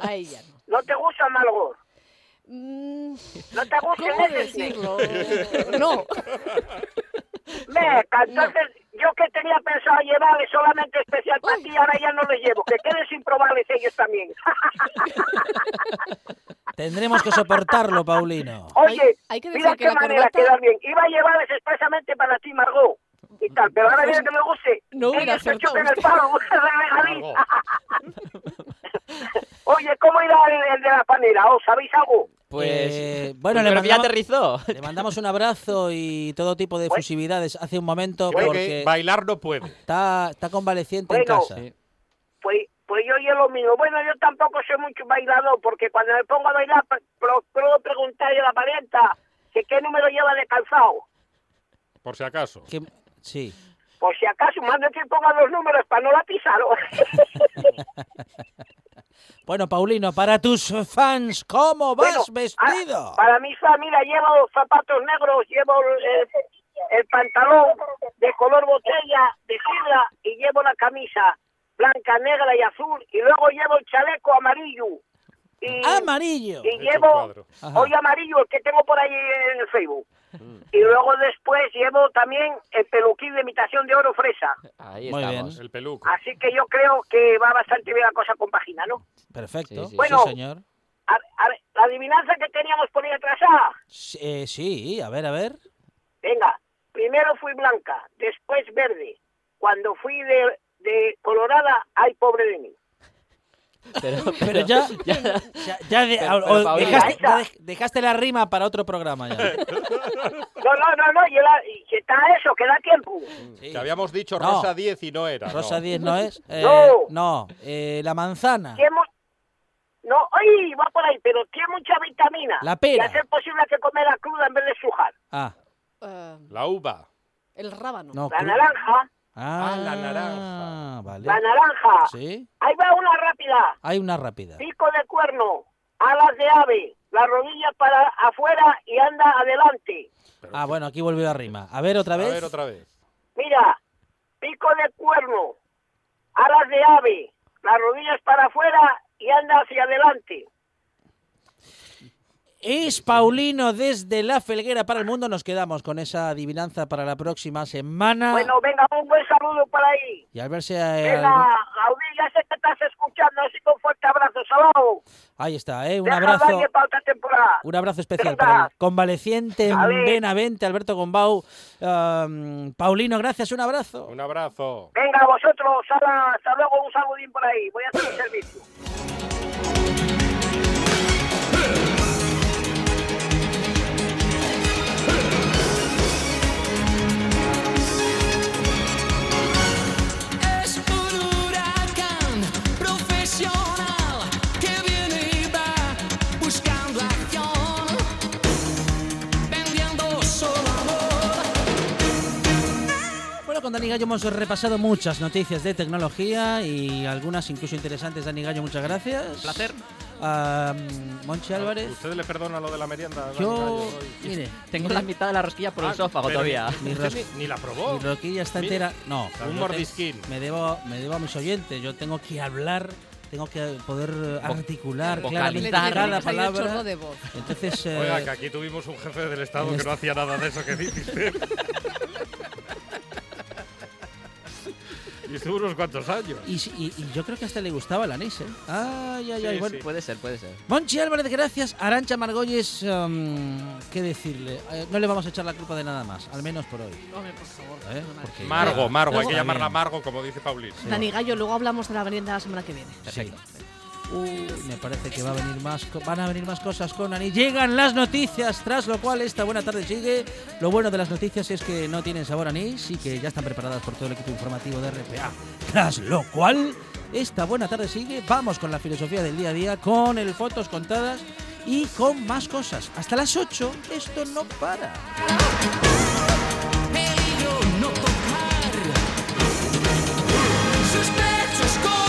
S3: Ahí ya no.
S9: ¿No te gusta, Malgor?
S3: Mm,
S9: ¿No te gusta
S3: ¿Cómo
S9: el Essex?
S3: decirlo? No.
S9: Meca, entonces yo que tenía pensado llevarle solamente especial para ti, ahora ya no le llevo. Que queden sin probarles ellos también.
S2: Tendremos que soportarlo, Paulino.
S9: Oye,
S3: hay que decir
S9: mira
S3: que
S9: qué
S3: la
S9: manera
S3: corbata-
S9: quedar bien. Iba a llevar expresamente para ti, Margot. Y tal, pero ahora
S3: Pues
S9: mira que me guste.
S3: no hubiera
S9: Ella se
S3: acertado
S9: choca en el
S3: usted.
S9: palo, una regadita. Oye, ¿cómo irá el, el de la panera? ¿Os sabéis algo?
S4: Pues.
S2: Eh, bueno, le
S4: pero ya
S2: mandamos,
S4: aterrizó.
S2: le mandamos un abrazo y todo tipo de
S9: Bueno.
S2: fusividades hace un momento
S9: Bueno.
S2: porque
S8: bailar no puede.
S2: está, está convaleciente en
S9: Bueno.
S2: casa.
S4: Sí.
S9: Pues, pues yo yo lo mismo. Bueno, yo tampoco soy mucho bailador, porque cuando me pongo a bailar, pues, pre- procuro preguntarle a la parienta que qué número lleva de calzado.
S8: Por si acaso.
S2: Que- sí.
S9: Por si acaso, más no te ponga los números para no la pisar.
S2: Bueno, Paulino, para tus fans, ¿cómo vas
S9: Bueno,
S2: vestido?
S9: ah, para mí, mira, llevo los zapatos negros, llevo el, el pantalón de color botella, de fibra, y llevo la camisa blanca, negra y azul, y luego llevo el chaleco amarillo. Y,
S2: Amarillo.
S9: y
S8: Hecho un
S9: llevo
S8: cuadro.
S2: Ajá.
S9: hoy amarillo, el que tengo por ahí en el Facebook.
S8: Mm.
S9: Y luego después llevo también el peluquín de imitación de oro fresa.
S4: Ahí
S2: Muy
S4: estamos.
S2: bien.
S8: El peluco.
S9: Así que yo creo que va bastante bien la cosa con página, ¿no?
S2: Perfecto.
S4: Sí, sí.
S2: Sí,
S9: Bueno.
S2: señor.
S9: A- a ver, la adivinanza que teníamos por ahí atrasada.
S2: Sí, eh, sí, a ver, a ver.
S9: Venga, primero fui blanca, después verde. Cuando fui de, de colorada, ay, pobre de mí.
S4: Pero,
S2: Pero ya,
S4: ya-
S2: ya, ya de-
S4: Pero-
S2: o-
S4: pero,
S2: o
S4: Paulino.
S2: dejaste, ya dej- dejaste la rima para otro programa ya.
S9: No, no, no, no, y la- y que está eso, que da tiempo.
S2: Sí.
S8: Que habíamos dicho
S2: No.
S8: Rosa 10 y no era.
S2: Rosa
S8: no.
S2: 10 no es. Eh,
S9: No.
S2: no, eh, la manzana.
S9: Tiene mu- No, ay, va por ahí, pero tiene mucha vitamina.
S2: La pera.
S9: Y hacer posible que comerla cruda en vez de sujar.
S2: Ah,
S3: Eh,
S8: La uva.
S3: el rábano.
S2: no.
S9: La
S2: cru-
S9: naranja,
S2: Ah,
S8: Ah, la naranja.
S2: Vale.
S9: la naranja.
S2: Sí.
S9: Ahí va una rápida.
S2: Hay una rápida.
S9: Pico de cuerno, alas de ave, la rodilla para afuera y anda adelante.
S2: Ah, bueno, aquí volvió la rima. A ver otra
S8: A
S2: vez.
S8: ver otra vez.
S9: Mira, pico de cuerno, alas de ave, las rodillas para afuera y anda hacia adelante.
S2: Es Paulino desde la Felguera para el mundo. Nos quedamos con esa adivinanza para la próxima semana.
S9: Bueno, venga, un buen saludo para ahí.
S2: y al verse Ah. eh, algún-
S9: Venga, Gaudí, ya sé que estás escuchando, así que un fuerte abrazo, salado.
S2: ahí está, eh, un
S9: Deja
S2: abrazo.
S9: darle para otra temporada.
S2: Un abrazo especial
S9: Venga.
S2: para el convaleciente en
S9: A ver.
S2: Benavente, Alberto Gombau. Um, Paulino, gracias, un abrazo.
S8: Un abrazo.
S9: Venga, vosotros, sala, hasta luego, un saludín por ahí. Voy a hacer el servicio.
S1: Es un huracán profesional que viene y va buscando acción, vendiendo solo amor.
S2: Bueno, con Dani Gallo hemos repasado muchas noticias de tecnología y algunas incluso interesantes. Dani Gallo, muchas gracias.
S4: Placer.
S2: Um, Monchi Álvarez.
S8: ¿Usted le perdona lo de la merienda?
S2: Yo,
S8: Ni-
S2: mire,
S4: Tengo la mitad de la rosquilla por el
S8: Ah,
S4: esófago
S8: pero
S4: todavía.
S2: mi,
S8: usted
S2: ros-
S8: ni, ni la probó.
S2: mi roquilla está
S8: Oh, Mire,
S2: entera. No, yo te-
S8: mordisquín.
S2: Me debo, me debo a mis oyentes. Yo tengo que hablar, tengo que poder eh, articular
S4: vocalizar.
S2: claramente
S4: Le
S3: tiene
S2: cada
S3: que salir el chorro
S2: palabra.
S3: de voz.
S2: Entonces, eh,
S8: Oiga, que aquí tuvimos un jefe del Estado que no
S2: este-
S8: hacía nada de eso que dice usted. y estuvo unos cuantos años.
S2: y, y- y yo creo que hasta le gustaba el anís, ¿eh? Ay, ay, ay.
S8: Sí,
S2: bueno,
S8: sí.
S4: Puede ser, puede ser.
S2: Monchi Álvarez, gracias. Arancha Margolles, um, ¿qué decirle? Eh, no le vamos a echar la culpa de nada más, al menos por hoy.
S3: Hombre, por favor.
S2: ¿eh? Porque-
S8: Margo, Margo, hay que
S2: Luego-
S8: llamarla Margo, como dice Paulín.
S3: Dani Gallo, luego hablamos de la merienda la semana que viene.
S2: Sí. Uy, me parece que va a venir más, co- van a venir más cosas con Ani. Llegan las noticias, tras lo cual esta buena tarde sigue. Lo bueno de las noticias es que no tienen sabor a anís y que ya están preparadas por todo el equipo informativo de RPA. Tras lo cual, esta buena tarde sigue. Vamos con la filosofía del día a día, con el fotos contadas y con más cosas. Hasta las 8, esto no para.
S1: El hilo no tocar sus pechos con